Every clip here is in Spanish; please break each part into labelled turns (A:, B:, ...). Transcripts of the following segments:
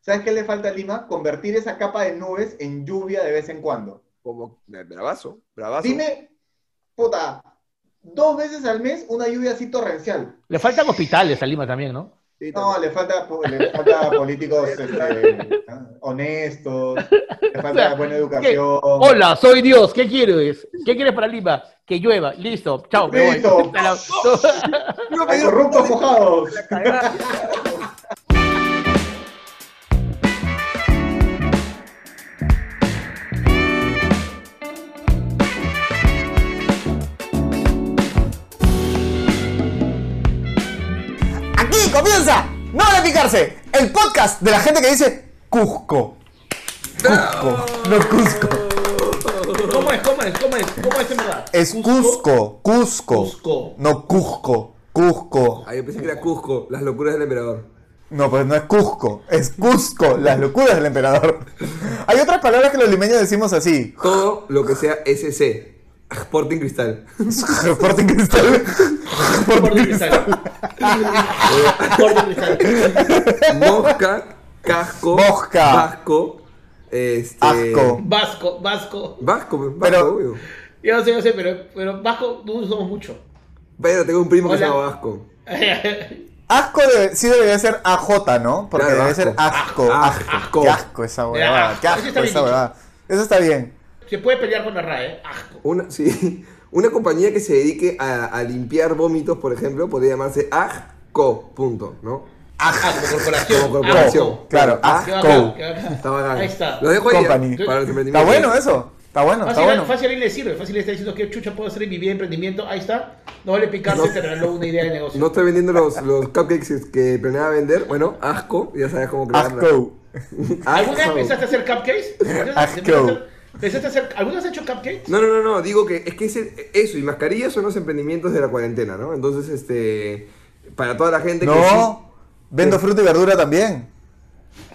A: ¿Sabes qué le falta a Lima? Convertir esa capa de nubes en lluvia de vez en cuando.
B: Como bravazo, bravazo.
A: Dime, puta, dos veces al mes una lluvia así torrencial.
C: Le faltan hospitales a Lima también, ¿no?
B: Sí,
A: No, le falta, po- le falta políticos este, honestos, le falta
C: sea,
A: buena
C: ¿Qué?
A: educación.
C: Hola, soy Dios. ¿Qué quieres? ¿Qué quieres para Lima? Que llueva. Listo. Chao. me voy.
A: Listo.
C: A la-
B: No
A: Hay corruptos mojados.
D: Aquí comienza No de picarse, el podcast de la gente que dice Cusco. Cusco, no Cusco.
E: ¿Cómo es? ¿Cómo es? ¿Cómo es? ¿Cómo es en verdad?
D: Es Cusco, Cusco.
E: Cusco.
D: No Cusco, Cusco.
B: Ah, yo pensé que era Cusco, las locuras del emperador.
D: No, pues no es Cusco, es Cusco, las locuras del emperador. Hay otras palabras que los limeños decimos así.
B: Todo lo que sea SC. Sporting Cristal.
D: Sporting Cristal.
E: Por de cristal. Por de cristal.
B: Mosca, casco,
D: Mosca.
B: vasco, este...
D: Asco.
E: Vasco, vasco.
B: Vasco, pues, vasco,
D: Pero-
B: obvio.
E: Yo no sé, yo sé, pero, pero vasco no usamos mucho.
B: Pero tengo un primo que se
E: Hola.
B: llama Vasco.
D: Asco debe- sí debería ser AJ, ¿no? Porque
B: Claro,
D: debe
B: asco.
D: ser asco.
B: Ah,
D: asco.
B: asco.
D: Qué asco esa huevada.
E: asco.
D: Qué
E: Ah, Eso
D: asco
E: está bien
D: esa
E: dicho.
D: huevada. Eso está bien.
E: Se puede pelear con la RAE, ¿eh? Asco.
B: Una, sí, una compañía que se dedique a, a limpiar vómitos, por ejemplo, podría llamarse Ajco, punto, ¿no?
E: Asco, corporación.
B: Como corporación.
E: Asco.
D: Claro,
E: Qué
D: asco.
E: bacán, qué bacán.
B: Está bacán.
E: Ahí está.
B: Lo dejo ahí ya,
D: Company.
B: para los
D: Está
B: emprendimientos.
D: bueno ¿eh? eso. Está bueno, está
E: Fácil,
D: bueno.
E: fácil a alguien le sirve, fácil le está diciendo qué chucha puedo hacer en mi vida de emprendimiento, ahí está, no vale picarse,
B: No.
E: te regaló una idea de negocio.
B: No estoy vendiendo los, los cupcakes que planeaba vender. Bueno, asco, ya sabes cómo crearla.
D: Asco.
E: ¿Alguna vez
B: Asco.
E: pensaste hacer cupcakes?
D: Asco.
E: ¿Pensaste hacer- pensaste hacer- ¿Alguna vez has hecho cupcakes?
B: No, no, no, no, digo que es que ese- eso y mascarillas son los emprendimientos de la cuarentena, ¿no? Entonces, este, para toda la gente que
D: No. Vendo fruta y verdura también.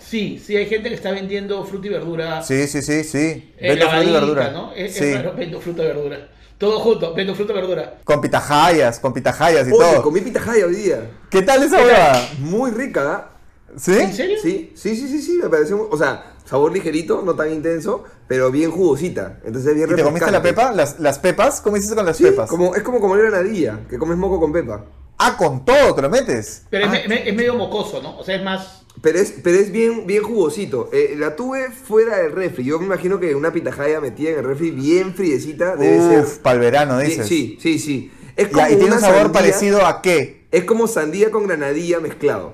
E: Sí, sí, hay gente que está vendiendo fruta y verdura.
D: Sí, sí, sí, sí.
E: eh,
D: Vendo fruta y
E: lavadita,
D: verdura.
E: ¿no? Es, es
D: sí.
E: raro, vendo fruta y verdura. Todo junto, vendo fruta y verdura.
D: Con pitahayas, con pitahayas y
B: sí. Oye,
D: todo.
B: comí pitahaya hoy día.
D: ¿Qué tal esa huevada?
B: Muy rica, ¿ah?
E: ¿En
D: ¿Sí?
E: serio?
B: Sí, sí, sí, sí, sí, me pareció, muy- o sea, sabor ligerito, no tan intenso, pero bien jugosita. Entonces bien
D: ¿Y te comiste la
B: refrescante.
D: pepa? ¿Las, las pepas? ¿Cómo hiciste con las
B: Sí,
D: pepas?
B: como, es como comer granadilla, que comes moco con pepa.
D: Ah, con todo, te lo metes.
E: Pero es, me- me- es medio mocoso, ¿no? O sea, es más...
B: Pero es, pero es bien, bien jugosito. Eh, la tuve fuera del refri. Yo me imagino que una pitahaya metida en el refri bien friecita Ah, debe
D: Uf,
B: ser.
D: para el verano,
B: Bien-
D: dices.
B: Sí, sí, sí. Es como
D: Ya, y tiene
B: una
D: un sabor
B: sandía-
D: parecido a qué?
B: Es como sandía con granadilla mezclado.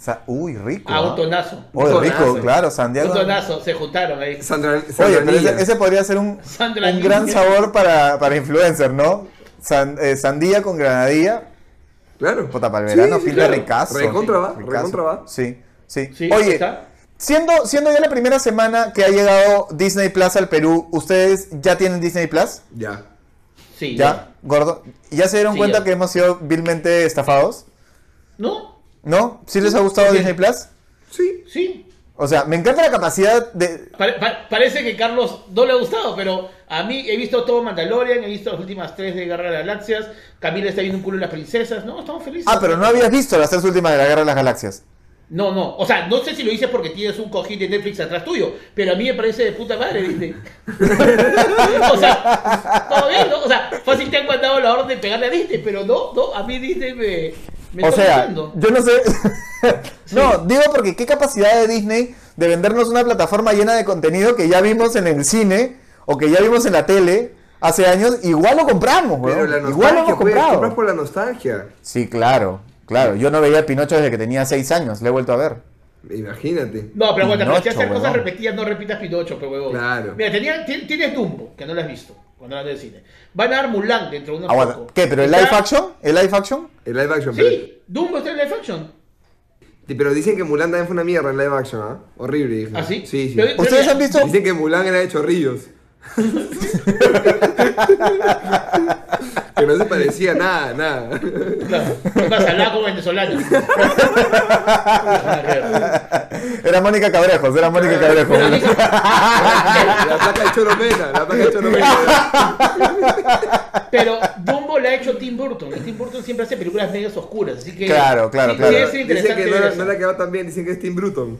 D: Sa- Uy, rico.
E: A
D: ¿ah?
E: un tonazo.
D: Uy,
B: Un
D: rico,
B: tonazo.
D: claro, Santiago.
E: Un tonazo, se juntaron ahí.
B: Sandra,
D: Oye, pero
B: sandranilla.
D: ese, ese podría ser un,
E: Sandra
D: un gran
E: Niña.
D: sabor para, para influencer, ¿no? San- eh, sandía con granadilla.
B: Claro.
D: Puta, para el verano
B: Sí, sí,
D: pinta
B: claro.
D: ricazo.
B: Recontra va,
D: Ricazo.
B: recontra va.
D: Sí, sí.
E: Sí, ahí
D: Oye,
E: está.
D: siendo, siendo ya la primera semana que ha llegado Disney Plus al Perú, ¿ustedes ya tienen Disney Plus?
B: Ya.
E: Sí.
D: ¿Ya, gordo? ¿Ya se dieron
E: Sí,
D: cuenta
E: ya.
D: que hemos sido vilmente estafados?
E: ¿No?
D: ¿No? ¿Sí les ha gustado
E: Sí.
D: Disney Plus?
B: Sí.
E: Sí.
D: O sea, me encanta la capacidad de...
E: Pare- pa- parece que Carlos no le ha gustado, pero a mí he visto todo Mandalorian, he visto las últimas tres de Guerra de las Galaxias, Camila está viendo un culo en las princesas, no, estamos felices.
D: Ah, pero no habías visto las tres últimas de la Guerra de las Galaxias.
E: No, no, o sea, no sé si lo dices porque tienes un cojín de Netflix atrás tuyo, pero a mí me parece de puta madre, Disney. o sea, todo bien, ¿no? O sea, fácil te han mandado la orden de pegarle a Disney, pero no, no, a mí Disney me, me
D: O
E: está
D: sea,
E: gustando.
D: yo no sé. no, digo porque qué capacidad de Disney de vendernos una plataforma llena de contenido que ya vimos en el cine o que ya vimos en la tele hace años. Igual lo compramos,
B: Pero
D: weón.
B: la
D: Igual lo
B: nostalgia,
D: hemos
B: pues,
D: comprado.
B: compras por la nostalgia.
D: Sí, claro, claro. Yo no veía Pinocho desde que tenía seis años. Le he vuelto a ver.
B: Imagínate.
E: No, pero aguanta, pero si
D: Pinocho,
E: hacer cosas
D: huevón.
E: repetidas, no repitas Pinocho, pero huevón.
B: Claro.
E: Mira, tenía, ti- tienes Dumbo, que no lo has visto, cuando hablas del cine. Van a dar Mulan dentro de unos
D: Aguanta.
E: poco.
D: ¿Qué? ¿Pero el
E: Está-
D: live action? ¿El live action?
B: El live action.
E: Sí, Dumbo está en live action.
B: Pero, pero dicen que Mulan también fue una mierda en live action, ¿ah? Horrible. dicen.
E: ¿Ah, sí?
B: Sí, sí.
E: Pero- pero
D: ¿Ustedes
E: mira,
D: han visto?
B: Dicen que Mulan era de chorrillos. que no se parecía nada, nada.
E: Claro, ¿qué pasa? Al con venezolano.
D: Era Mónica Cabrejos, era Mónica Cabrejos.
B: la placa de Choromena, la placa de Choromena.
E: Pero Dumbo Ball ha hecho Tim Burton. Y Tim Burton siempre hace películas medias oscuras. Así que.
D: Claro, claro,
E: sí,
D: claro.
E: debe ser
B: Dicen
E: interesante
B: que no,
E: ver
B: la-
E: eso.
B: no le ha quedado tan bien, dicen que es Tim Bruton.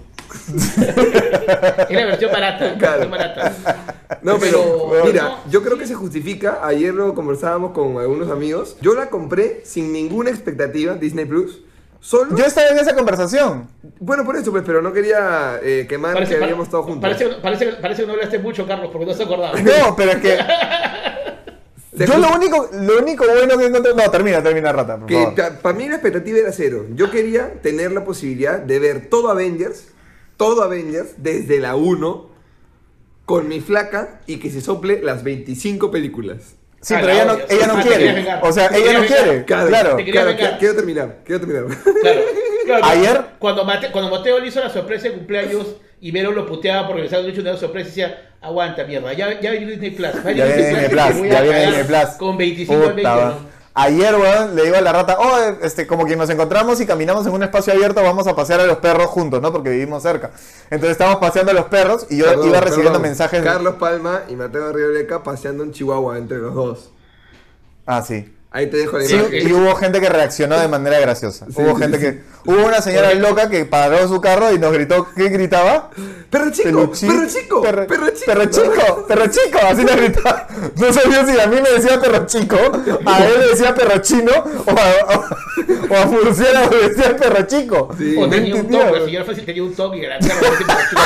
E: Es la versión barata.
B: Claro.
E: La versión barata.
B: No, pero
E: Pero,
B: mira,
E: no,
B: yo creo que se justifica. Ayer lo conversábamos con algunos amigos. Yo la compré sin ninguna expectativa, Disney Plus. Solo.
D: Yo estaba en esa conversación.
B: Bueno, por eso, pues, pero no quería eh, quemar
E: Parece,
B: que habíamos estado juntos.
E: Parece, parece- parece que no hablaste mucho, Carlos, porque no se acordaba.
D: No, pero es que
B: Se
D: yo lo
B: justifica
D: único, lo único bueno que encontré... No, termina, termina, Rata, por
B: que
D: favor.
B: para mí la expectativa era cero. Yo quería tener la posibilidad de ver todo Avengers, todo Avengers, desde la 1, con mi flaca y que se sople las 25 películas.
D: Sí,
E: Ah,
D: pero
E: la
D: ella no,
E: odias.
D: ella
E: Ah,
D: no
E: te querías
D: quiere.
E: vengar.
D: O sea,
E: Te
D: ella no
E: querías vengar.
D: quiere.
B: Claro,
D: Claro.
E: Te quería
B: claro,
E: vengar.
B: qui- quiero terminar, quiero terminar.
E: Claro, claro.
D: Ayer-
E: Cuando, Mate- cuando Mateo le hizo la sorpresa de cumpleaños y Vero lo puteaba porque le estaba hecho una sorpresa y decía, aguanta mierda, ya, ya viene Disney Plus.
D: Ya viene Disney
E: te
D: Plus,
E: voy
D: ya
E: a
D: viene
E: cagar
D: Disney Plus.
E: Con 25 al
D: Puta,
E: 20,
D: va.
E: ¿no?
D: Ayer, weón, le digo a la rata, oh, eh, este, como que nos encontramos y caminamos en un espacio abierto, vamos a pasear a los perros juntos, ¿no? Porque vivimos cerca. Entonces estábamos paseando a los perros y yo
B: Perdón,
D: iba recibiendo
B: perdón.
D: mensajes.
B: Carlos Palma y Mateo Rioleca paseando en Chihuahua entre los dos.
D: Ah, sí.
B: Ahí te dejo la
D: Sí,
B: imagen.
D: y hubo gente que reaccionó de manera graciosa.
B: Sí,
D: hubo
B: sí,
D: gente
B: sí.
D: que. Hubo una señora loca que paró su carro y nos gritó. ¿Qué gritaba?
B: Perro chico,
D: Peluchín,
B: perro chico,
D: perre-
B: perro chico.
D: perro chico, perro chico, así le gritaba. No sabía si a mí me decía perro chico, a él le decía perro chino o a, o, o a Murciélago le decía perro chico.
B: Sí.
E: O
D: No
E: tenía un
D: entendía,
E: toque, la
D: weón.
E: señora fácil tenía un toque y era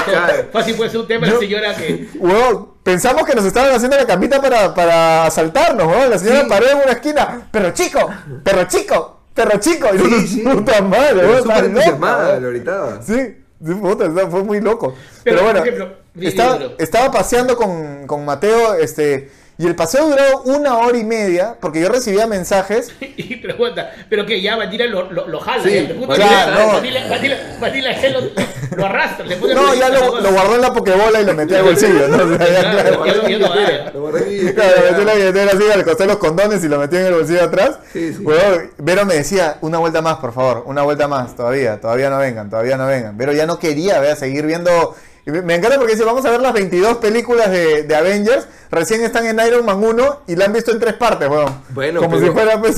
E: claro. Fácil puede ser un tema de
D: Yo-
E: la señora que.
D: Weón, pensamos que nos estaban haciendo la camita para, para asaltarnos, weón. La señora paró en una esquina, perro chico, perro chico, perro chico. Y nosotros,
B: Sí, sí.
D: puta madre,
B: Pero
D: weón, estás
B: súper
D: loca,
B: entusiasmada,
D: weón".
B: lo gritaba.
D: Sí, sí, puta, está- fue muy loco.
E: Pero,
D: Pero,
E: por
D: bueno,
E: ejemplo, di-
D: estaba,
E: dímelo.
D: estaba paseando con, con Mateo, este, y el paseo duró una hora y media, porque yo recibía mensajes.
E: Y pregunta, pero que ya Batila lo, lo, lo jala,
B: Sí,
E: ya, le puso-
D: claro, no.
E: Batila, Batila, Batila, G lo, lo arrastra, le pone
D: No, ya lo, lo guardó en la pokebola y lo metí al bolsillo. ¿no? O sea, ya,
E: Claro,
D: claro.
E: ya lo- ya lo da.
B: Lo guardé en mi
D: Claro,
B: billetera.
D: metí la billetera así, le costé los condones y lo metí en el bolsillo de atrás.
B: Sí, sí.
D: Huevón, Vero me decía, una vuelta más, por favor, una vuelta más, todavía, todavía no vengan, todavía no vengan. Vero ya no quería ver, seguir viendo... y Me me encanta porque dice, vamos a ver las 22 películas de, de Avengers, recién están en Iron Man 1 y la han visto en tres partes, weón.
B: Bueno,
D: Como
B: pero-
D: si fuera, pues...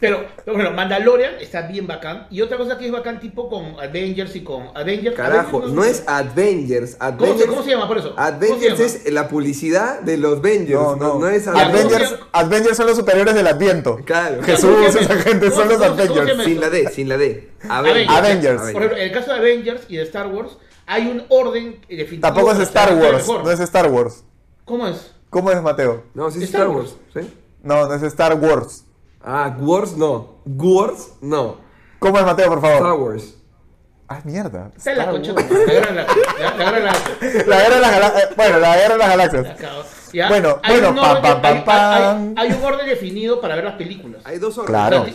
E: Pero, pero bueno, Mandalorian está bien bacán. Y otra cosa que es bacán, tipo con Avengers y con Avengers.
B: Carajo,
E: Avengers
B: no es Avengers. Avengers
E: ¿Cómo se, cómo se llama por eso? ¿Cómo
B: Avengers
E: se llama?
B: es la publicidad de los Avengers. No, no, es
D: Avengers, Avengers son los superiores del Adviento.
B: Claro.
D: Jesús,
E: ¿Cómo se llama?
D: esa gente, son
E: ¿Cómo-
D: los
E: cómo- cómo se
D: Avengers.
E: llama?
B: Sin la D, sin la D.
E: Avengers.
D: Avengers.
E: Por ejemplo, en el caso de Avengers y de Star Wars, hay un orden definitivo.
D: Tampoco es
E: para
D: Star
E: saber qué
D: Wars,
E: es mejor.
D: no es Star Wars.
E: ¿Cómo es?
D: ¿Cómo es, Mateo?
B: No, sí es
E: Star
B: Star Wars. ¿sí?
D: No, no es Star Wars.
B: Ah, Wars no. Wars no.
D: ¿Cómo es, Mateo, por favor?
B: Star Wars.
D: Ah, mierda.
E: Está en la
D: Star
E: concha.
D: Wars.
E: La guerra de la. La la guerra de la.
D: La guerra de las galaxias. eh, Bueno, la guerra de las
E: la
D: galaxias.
E: cagó. ¿Ya?
D: Bueno,
E: Hay
D: bueno,
E: un
D: pam,
E: orden-
D: pam, pam,
E: hay- hay-
D: pam.
E: Hay un orden definido para ver las películas.
B: Hay dos órdenes.
D: Claro.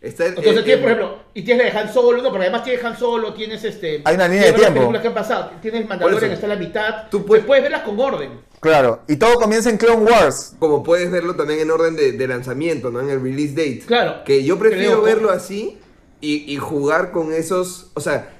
B: Está el-
E: Entonces
B: el-
E: tienes, por ejemplo, y tienes la de Han Solo, no, pero además tienes Han Solo, tienes este.
D: Hay una línea de
E: tienes las
D: tiempo.
E: películas que han pasado. Tienes Mandalorian
B: Por
E: que
B: eso.
E: está a la mitad.
B: Tú
E: Tú
B: puedes-
E: puedes, puedes verlas con orden.
D: Claro. Y todo comienza en Clone Wars.
B: Como puedes verlo también en orden de, de lanzamiento, ¿no? En el release date.
E: Claro.
B: Que yo
E: Creo-
B: prefiero verlo así y, y jugar con esos. O sea,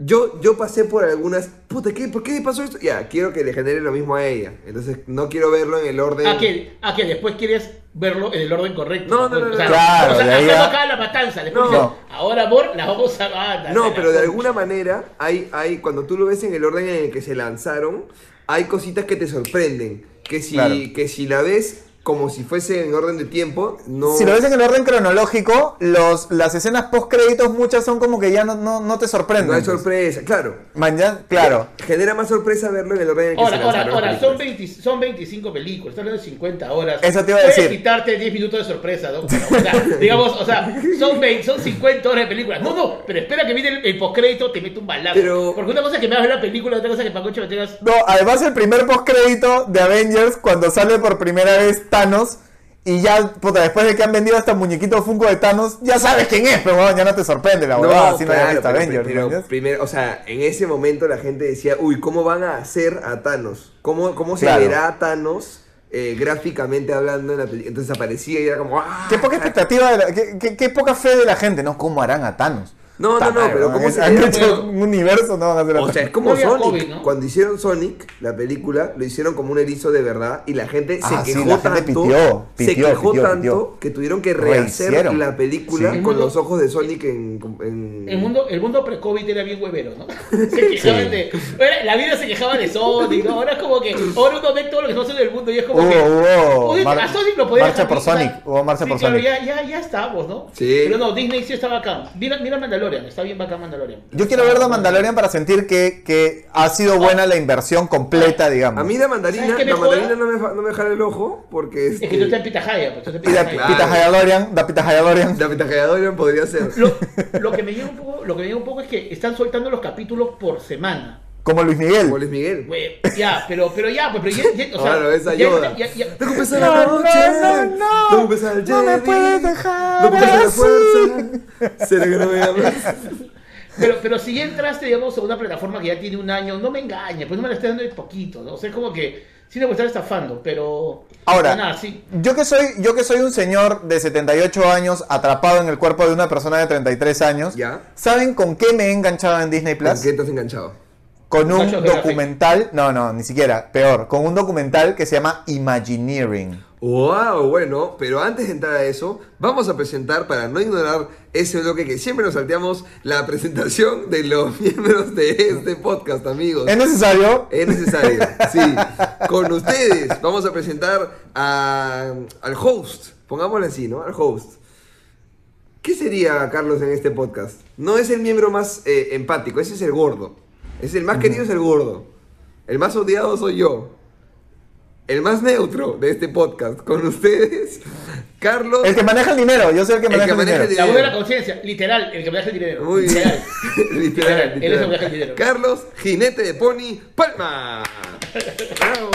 B: yo, yo pasé por algunas. Puta, ¿qué, ¿por qué pasó esto? Ya, quiero que le genere lo mismo a ella. Entonces, no quiero verlo en el orden.
E: A Ah, que, a que después quieres verlo en el orden correcto.
B: No, no, no, no, no.
D: Claro,
E: o sea,
D: de ahí
E: hacemos
D: a-
E: acá la matanza.
B: No.
E: Después dices, ahora por la vamos a matar.
B: No, pero de alguna manera hay, hay, cuando tú lo ves en el orden en el que se lanzaron, hay cositas que te sorprenden. Que si,
D: Claro.
B: que si la ves como si fuese en orden de tiempo, no.
D: Si lo ves en el orden cronológico, los, las escenas post créditos muchas son como que ya no, no, no te sorprenden.
B: no hay sorpresa, claro.
D: Man, ya- claro.
B: Genera más sorpresa verlo en el orden en el que
E: Ahora,
B: se
E: ahora,
B: lanzaron.
E: ahora,
B: las
E: son,
B: películas.
E: 20 son 25 películas, estás hablando de 50 horas.
D: Eso te iba a
E: Puedes
D: decir.
E: quitarte 10 minutos de sorpresa, ¿no? Pero, o sea, digamos, o sea, son, 20 son 50 horas de películas. No, no, pero espera que viene el, el postcrédito, te mete un balazo.
B: Pero-
E: Porque una cosa es que me vas a ver la película, otra cosa es que para concha me tengas.
D: No, además el primer postcrédito de Avengers cuando sale por primera vez Thanos y ya, puta, después de que han vendido hasta muñequito Funko de Thanos, ya sabes quién es, pero bueno, ya no te sorprende la huevada si no hayas
B: claro,
D: visto
B: pero-
D: Avengers.
B: pero
D: ¿entiendes?
B: primero, o sea, en ese momento la gente decía, uy, ¿cómo van a hacer a Thanos? ¿Cómo, cómo se
D: Claro.
B: verá a Thanos eh, gráficamente hablando en la película? Entonces aparecía y era como, ¡ah!
D: Qué poca expectativa, de la- qué, qué- qué poca fe de la gente, ¿no? ¿Cómo harán a Thanos?
B: No, no, no,
D: Puta madre,
B: pero
D: ¿no?
B: ¿cómo se
D: Han
B: llama?
D: hecho un universo, no van a hacer
B: O sea, es como
E: No había
B: Sonic.
E: COVID, ¿no?
B: Cuando hicieron Sonic, la película, lo hicieron como un erizo de verdad y la gente se
D: Ah, sí,
B: quejó
D: la gente
B: tanto.
D: pitió,
B: se
D: pitió,
B: quejó
D: pitió,
B: tanto
D: pitió.
B: que tuvieron que rehacer
D: Rehicieron.
B: la película
D: Sí.
B: con
E: El
B: los
E: mundo-
B: ojos de Sonic en. en-
E: El mundo, el mundo pre-COVID era bien huevero, ¿no? Se quejaban
D: Mm. Sí.
E: de. era- la vida se quejaba de Sonic, ¿no? Ahora es como que. Ahora uno ve todo lo que está haciendo el mundo y es como
D: Hubo,
E: que.
D: hubo
E: Oye,
D: mar-
E: a Sonic lo podía
D: marcha
E: dejar
D: por
E: bien,
D: Sonic,
E: ¿verdad?
D: hubo marcha
E: Sí,
D: por
E: claro,
D: Sonic.
E: Ya, ya, ya estamos, ¿no?
B: Sí.
E: Pero no, Disney sí estaba acá. Mira, mira Mandalorian, está bien bacán Mandalorian.
D: Yo quiero ver la Mandalorian para sentir que, que ha sido buena la inversión completa, digamos.
B: A mí la mandarina,
E: ¿Sabes qué me
B: la
E: joda?
B: mandarina no me, fa- no me jala el ojo porque.
E: Es que tú estás
B: Este,
E: en Pitahaya, pues tú estás
D: Y
E: en
D: da
E: Pitahaya.
B: Claro.
D: Pita Hayalorian, da Pita Hayalorian.
B: la petajeadora podría ser.
E: Lo, lo que me llega un poco, lo que me llega un poco es que están soltando los capítulos por semana.
D: Como Luis Miguel.
B: Como Luis Miguel.
E: Güey, ya, pero, pero ya, pues, pero ya, ya, o sea,
B: Claro, esa
E: ya-
B: Yoda.
E: ya- ya-
B: Tengo que empezar la noche. Tengo que empezar el Jedi.
D: dejar.
B: Tengo que empezar la fuerza. Será que no me amas.
E: Pero, pero si ya entraste, digamos, a una plataforma que ya tiene un año, no me engañes, pues no me la estés dando de poquito, ¿no? O sea, es como que sí te voy a estar estafando, pero...
D: Ahora,
E: Nada, sí.
D: yo que soy, yo que soy un señor de 78 años atrapado en el cuerpo de una persona de 33 años,
B: Ya.
D: ¿saben con qué me he enganchado en Disney
B: ¿Por
D: Plus?
B: qué estás enganchado?
D: Con un
E: National Geographic.
D: documental, no, no, ni siquiera, peor, con un documental que se llama Imagineering.
B: Wow, bueno, pero antes de entrar a eso, vamos a presentar, para no ignorar ese bloque que siempre nos salteamos, la presentación de los miembros de este podcast, amigos.
D: ¿Es necesario?
B: Es necesario, sí. Con ustedes vamos a presentar a, al host, pongámosle así, ¿no? Al host. ¿Qué sería Carlos en este podcast? No es el miembro más eh, empático, ese es el gordo. Es el más querido es el gordo. El más odiado soy yo. El más neutro de este podcast. Con ustedes, Carlos.
D: El que maneja el dinero, yo soy el que
B: El
D: maneja el,
B: que
D: dinero.
B: maneja el dinero.
E: La voz de la conciencia, literal, el que me deja el dinero.
B: Muy bien.
E: literal.
B: Literal,
E: Él es el
B: literal.
E: viaje dinero.
B: Carlos, jinete de pony, palma. Bravo.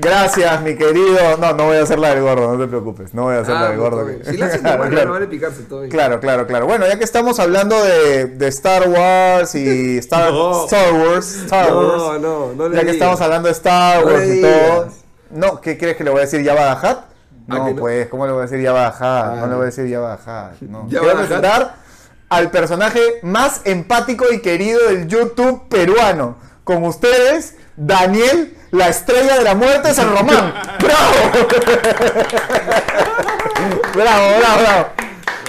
D: Gracias, mi querido. No, no voy a hacer la del gordo, no te preocupes. No voy a hacer la
B: Ah,
D: del
B: no,
D: gordo.
B: todo bien. Si la hacen normal,
D: Claro.
B: no vale picarse todo bien.
D: Claro, claro, claro. Bueno, ya que estamos hablando de, de Star Wars y Star,
B: No.
D: Star Wars, Star
B: No,
D: Wars.
B: no, no le
D: Ya que
B: digas.
D: estamos hablando de Star
B: No
D: Wars
B: le
D: y todo.
B: digas.
D: No, ¿qué crees que le voy a decir Jabba the Hutt? No,
B: que no?
D: pues, ¿cómo le voy a decir Jabba the Hutt?
B: Ah.
D: No le voy a decir Jabba the Hutt. No.
B: Jabba
D: Quiero
B: the Hutt.
D: presentar al personaje más empático y querido del YouTube peruano. Con ustedes, Daniel, la estrella de la muerte, San Román. ¡Bravo! ¡Bravo, bravo, bravo!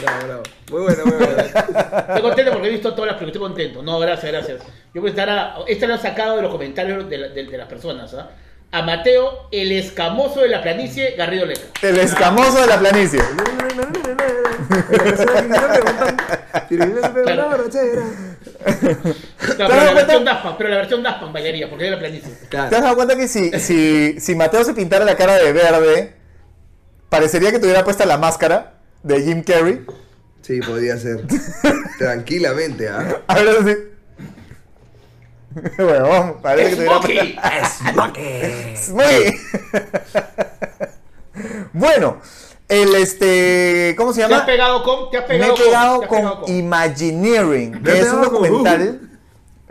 B: Bravo, bravo. Muy bueno, muy bueno.
E: Estoy contento porque he visto todas las películas, estoy contento. No, gracias, gracias. Yo voy a estar a... Esta lo he sacado de los comentarios de, la- de- de las personas, ¿ah? A Mateo, el escamoso de la planicie, Garrido Leca.
D: El escamoso de la planicie.
E: No,
D: ¿Te
E: pero
D: das
E: la versión
D: cuenta?
E: Daspan, pero la versión Daspan bailaría, porque es de la planicie.
D: ¿Te has dado cuenta que si, si, si Mateo se pintara la cara de verde, parecería que tuviera puesta la máscara de Jim Carrey?
B: Sí, podría ser. Tranquilamente, ¿ah?
D: Ahora sí. Huevón, parece que tuviera puesta.
E: ¡Smokey!
D: Muy- bueno, el este. ¿Cómo se
E: Te has
D: llama?
E: pegado con... Te has
D: Me
E: pegado
D: he pegado
E: te has pegado
D: con Imagineering,
B: Me he
D: que es un
B: pegado con-
D: documental.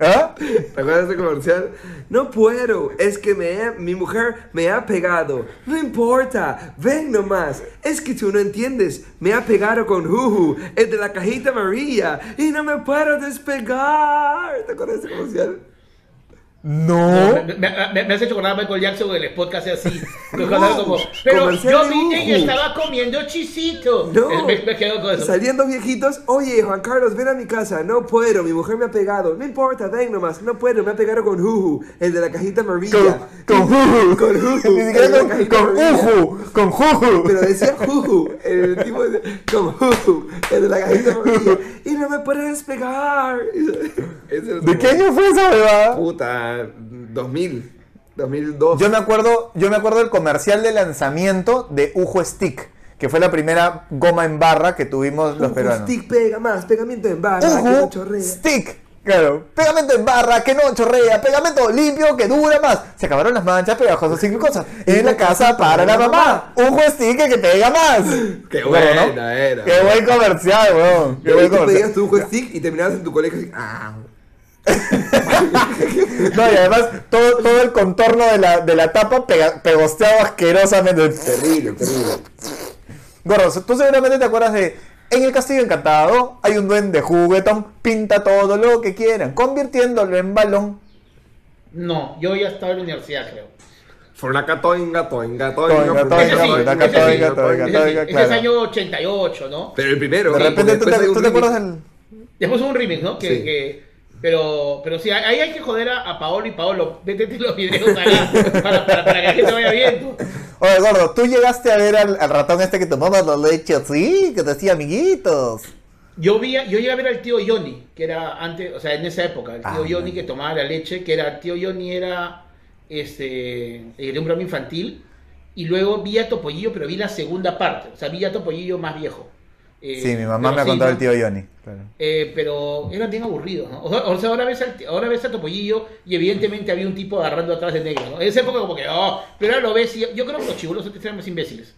D: ¿Ah?
B: ¿Te acuerdas de ese este comercial? No puedo, es que me ha- mi mujer me ha pegado. No importa, ven nomás. Es que tú no entiendes. Me ha pegado con Juju, el de la cajita amarilla, y no me puedo despegar. ¿Te acuerdas de ese comercial?
D: No.
E: Me, me- me- me has hecho acordar a Michael Jackson en el podcast así. Los canales como, pero
B: comercial
E: yo
B: de
E: vi que ella
B: Uhu".
E: estaba comiendo chisito. Eh,
B: No.
E: Me, me quedo con eso.
B: Saliendo viejitos, oye Juan Carlos, ven a mi casa, no puedo, mi mujer me ha pegado, no importa, ven nomás, no puedo, me ha pegado con Juju, el de la cajita amarilla.
D: Con, con Juju.
B: Con Juju.
D: Ni siquiera
B: el de la
D: con,
B: cajita
D: con
B: amarilla.
D: Uju. Con Juju.
B: Pero decía Juju, el tipo de, como Juju, el de la cajita amarilla, y no me puedes pegar. Ese era
D: ¿De qué
B: como,
D: año fue esa bebada?
B: Puta, 2000, 2002.
D: Yo me acuerdo, yo me acuerdo del comercial de lanzamiento de Ujo Stick, que fue la primera goma en barra que tuvimos los
B: Juju
D: peruanos.
B: Stick pega más, pegamento en barra, que no
D: Ujo
B: chorrea.
D: Stick. Claro, pegamento en barra que no chorrea, pegamento limpio que dura más. Se acabaron las manchas pegajosas y cosas. En la casa para la mamá. Ujo Stick que pega más.
B: Qué
D: Bueno, ¿no?
B: buena era,
D: Qué buen comercial, weón. Qué
B: Y
D: buen
B: tú
D: comercial.
B: pedías tu Juju Stick y terminabas en tu colegio así, ah.
D: No, y además todo, todo el contorno de la, de la tapa pega- pegosteado asquerosamente.
B: Terrible, terrible.
D: Gordo, tú seguramente te acuerdas de En el Castillo Encantado hay un duende juguetón, pinta todo lo que quieran, convirtiéndolo en balón.
E: No, yo ya estaba en la universidad, creo.
B: Fornaca toinga, toinga, toinga.
D: Toinga,
B: fornaca,
E: toinga,
B: fornaca, toinga,
E: toinga,
D: toinga,
E: Ese,
B: toinga.
D: toinga.
E: es- ese es
D: claro.
E: año 88, ¿no?
B: Pero el primero.
D: De
B: ¿no?
D: repente, ¿tú
B: Después
D: te,
B: hay un
D: tú te
B: remix.
D: acuerdas del...?
E: Después hubo un remix, ¿no? Que,
B: Sí.
E: que- pero, pero sí, ahí hay que joder a, a Paolo y Paolo, métete los videos acá para, para, para que la gente vaya viendo.
D: Oye, gordo, ¿tú llegaste a ver al, al ratón este que tomaba la leche así? Que te decía amiguitos.
E: Yo vi, a- yo llegué a ver al tío Johnny, que era antes, o sea, en esa época, el tío
D: Ah,
E: Johnny que tomaba la leche, que era, tío Johnny era, este, era un programa infantil, y luego vi a Topollillo, pero vi la segunda parte, o sea, vi a Topollillo más viejo. Eh,
D: Sí, mi mamá
E: pero
D: me ha
E: sí,
D: contado el
E: ¿no?
D: tío Johnny. Claro.
E: Eh, pero eran bien aburridos, ¿no? O sea, o sea, ahora ves, al- ahora ves a Topollillo y evidentemente había un tipo agarrando atrás de negro, ¿no? En esa época como que, oh, pero ahora lo ves y yo creo que los chibulos antes eran más imbéciles.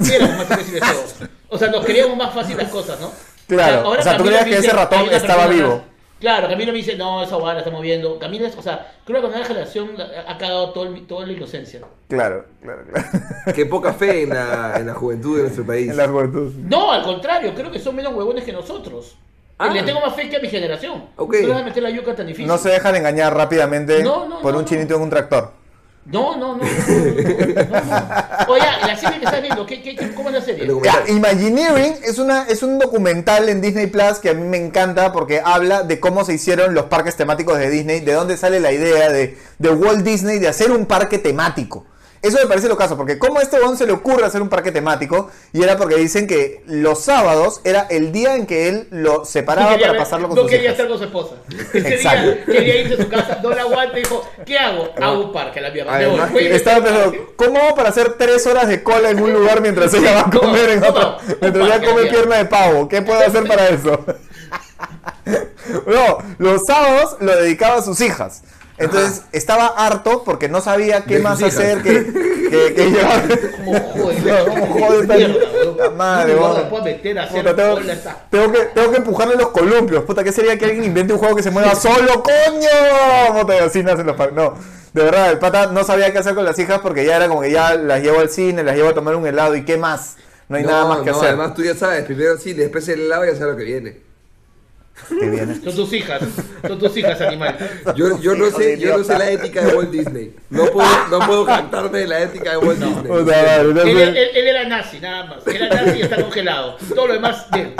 E: Sí, éramos más imbéciles todos. O sea, nos creíamos más fácil las cosas, ¿no?
D: Claro, o sea, tú
E: Camilo
D: creías
E: me
D: que ese ratón
E: hay una
D: estaba
E: persona
D: vivo.
E: atrás. Claro, Camilo me dice, no, esa guay la estamos viendo. Camilo es, o sea, creo que con la generación ha ha cagado todo el- toda la inocencia.
D: Claro, claro, claro.
B: Qué poca fe en la, en la juventud de nuestro país.
D: En la juventud.
E: No, al contrario, creo que son menos huevones que nosotros.
B: Ah.
E: Le tengo más fe que a mi generación.
B: Ok.
E: No les voy a meter la yuca tan difícil.
D: No se dejan engañar rápidamente
E: No, no,
D: por
E: no,
D: un
E: no.
D: chinito en un tractor.
E: No, no, no. no, no, no. Oye, la serie que estás viendo, ¿qué, qué, qué- cómo es la serie?
B: El documental.
D: Ya, Imagineering es, una, es un documental en Disney Plus que a mí me encanta porque habla de cómo se hicieron los parques temáticos de Disney, de dónde sale la idea de, de Walt Disney de hacer un parque temático. Eso me parece lo caso, porque ¿cómo a este weón se le ocurre hacer un parque temático? Y era porque dicen que los sábados era el día en que él lo
E: No
D: separaba
E: quería
D: para
E: ver-
D: pasarlo con
E: no
D: sus hijas.
E: quería estar con su esposa. Ese día
D: Exacto.
E: quería irse a su casa, no la aguanta y dijo, ¿qué hago? Hago un parque a la mierda. me voy.
B: Además
E: Fue
B: que
E: y-
D: Estaba pensando, ¿cómo hago para hacer tres horas de cola en un lugar mientras ella va a
E: No,
D: comer en
E: no,
D: otro?
E: no,
D: Mientras
E: no,
D: ella come
E: no.
D: pierna de pavo. ¿Qué puedo hacer para eso? No, los sábados lo dedicaba a sus hijas. Entonces estaba harto porque no sabía qué
B: De
D: más
B: sus hijas.
D: hacer que, que, que llevar.
E: Como
D: No,
E: joder,
D: ¿cómo jode esta
E: mierda, weón.
D: puta madre,
E: No me
D: weón?
E: puedo meter a hacer
D: Puta, tengo,
E: cola esa.
D: tengo que, tengo que empujarle los columpios. Puta, ¿qué sería que alguien invente un juego que se mueva solo? ¡Coño! Puta, y así nacen los par- No, de verdad, el pata no sabía qué hacer con las hijas porque ya era como que ya las llevo al cine, las llevo a tomar un helado y qué más. No hay nada más que
B: no,
D: hacer.
B: Además, tú ya sabes, primero sí, después el helado y ya sabes lo que viene.
D: Qué bien.
E: Son tus hijas, son tus hijas, animal.
B: Yo, yo no
D: Hijo
B: sé,
D: de
B: yo no sé
D: idiota.
B: la ética de Walt Disney. No puedo, no puedo cantarme de la ética de Walt Disney.
D: Puta madre, no
E: Él,
D: sé.
E: él- él era nazi, nada más. Era nazi y está congelado. Todo lo demás de él.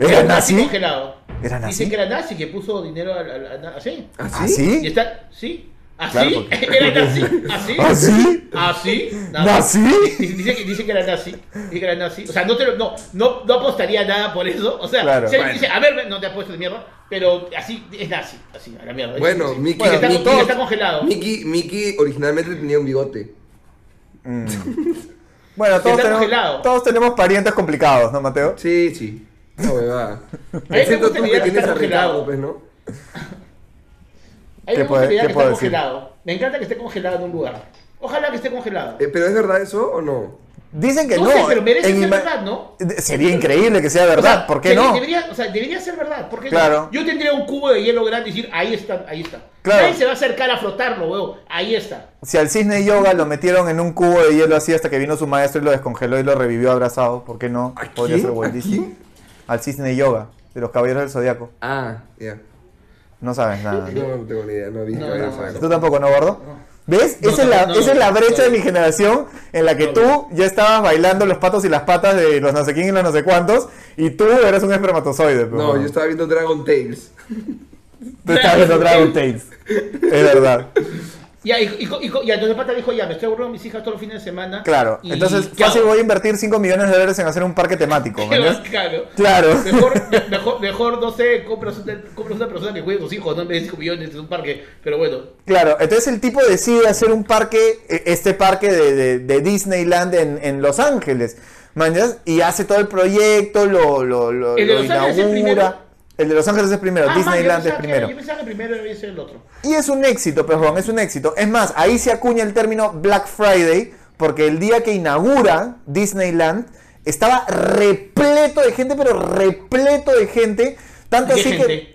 D: ¿Era nazi?
E: congelado.
D: ¿Era nazi?
E: Dicen que era nazi, que puso dinero al- al- al- así.
D: ¿Ah,
E: Y
D: sí?
E: está, sí, así,
D: Claro, porque-
E: era nazi, así,
D: ¿Ah, sí?
E: así, nada.
D: ¿Nazi?
E: Dice, dice que, dice que era nazi, dice que era nazi, o sea, no, te lo- no, no, no apostaría nada por eso, o sea,
D: Claro.
E: si alguien
D: Bueno.
E: dice, a ver, no te apuesto de mierda, pero así, es nazi, así, a la mierda.
B: Bueno,
E: Sí, sí.
B: Mickey,
E: Porque está,
B: Mickey-
E: porque está congelado.
B: Mickey, Mickey originalmente tenía un bigote.
D: Bueno, todos
E: Está
D: tenemos,
E: congelado.
D: todos tenemos parientes complicados, ¿no, Mateo?
B: Sí, sí. No, huevada.
E: me
B: Excepto
E: gusta
B: tú
E: la idea
B: que
E: de
B: tienes
E: estar
B: a Ricardo,
E: congelado.
B: pues, ¿no?
E: Hay
D: ¿Qué
E: una
D: puede-
E: posibilidad
D: qué
E: que
D: puedo
E: está
D: decir?
E: congelado, me encanta que esté congelado en un lugar, ojalá que esté congelado.
B: Eh, ¿Pero es verdad eso o no?
D: Dicen que
E: No
D: no.
E: sé, pero merece
D: en
E: ser
D: ima-
E: verdad, ¿no?
D: Sería increíble que sea verdad,
E: O sea,
D: ¿por qué
E: debería-
D: no?
E: Debería, o sea, debería ser verdad. Porque
D: Claro.
E: yo tendría un cubo de hielo grande y decir, ahí está, ahí está.
D: Claro.
E: Nadie se va a acercar a frotarlo, huevo. Ahí está.
D: Si al cisne yoga lo metieron en un cubo de hielo así hasta que vino su maestro y lo descongeló y lo revivió abrazado, ¿por qué no?
B: ¿A
D: Podría
B: quién?
D: ser Walt
B: ¿A
D: Disney.
B: quién?
D: Al cisne yoga, de los caballeros del zodiaco.
B: Ah, ya.
D: No sabes nada.
B: Ah, No, no tengo ni idea, no vi
E: No,
B: que había
E: no,
B: sacado.
D: ¿Tú tampoco, no, gordo? ¿Ves?
E: No,
D: esa,
E: no,
D: es la,
E: no,
D: esa
E: no,
D: es la
E: no,
D: brecha
E: no.
D: de mi generación en la que tú ya estabas bailando los patos y las patas de los no sé quién y los no sé cuántos y tú eras un espermatozoide. pues,
B: No,
D: weón.
B: yo estaba viendo Dragon Tales.
D: Tú estabas viendo Dragon Tales. Es verdad.
E: Ya, y, y, y, y entonces Pata dijo, ya, me estoy aburriendo de mis hijas todos los fines de semana.
D: Claro.
E: Y-
D: Entonces,
E: ¿qué
D: fácil
E: hago?
D: voy a invertir 5 millones de dólares en hacer un parque temático. ¿me entiendes?
E: Claro.
D: Claro.
E: Mejor, me- mejor, mejor, no sé, compras, un- compras una persona que juegue a tus hijos, no en vez de 5 millones en un parque. Pero bueno,
D: Claro, entonces el tipo decide hacer un parque, eh, este parque de, de- de Disneyland en, en Los Ángeles, ¿mañas? Y hace todo el proyecto, lo, lo, lo,
E: ¿El de
D: lo
E: Los Ángeles es el primero?
D: inaugura. El de Los Ángeles es primero,
E: Ah, man,
D: Disneyland
E: yo
D: es
E: pensaba que-
D: primero.
E: Yo pensaba que primero debía ser el otro.
D: Y es un éxito, perdón, es un éxito. Es más, ahí se acuña el término Black Friday, porque el día que inaugura Disneyland estaba repleto de gente, pero repleto de gente. Tanto
E: ¿De qué
D: así que.
E: gente?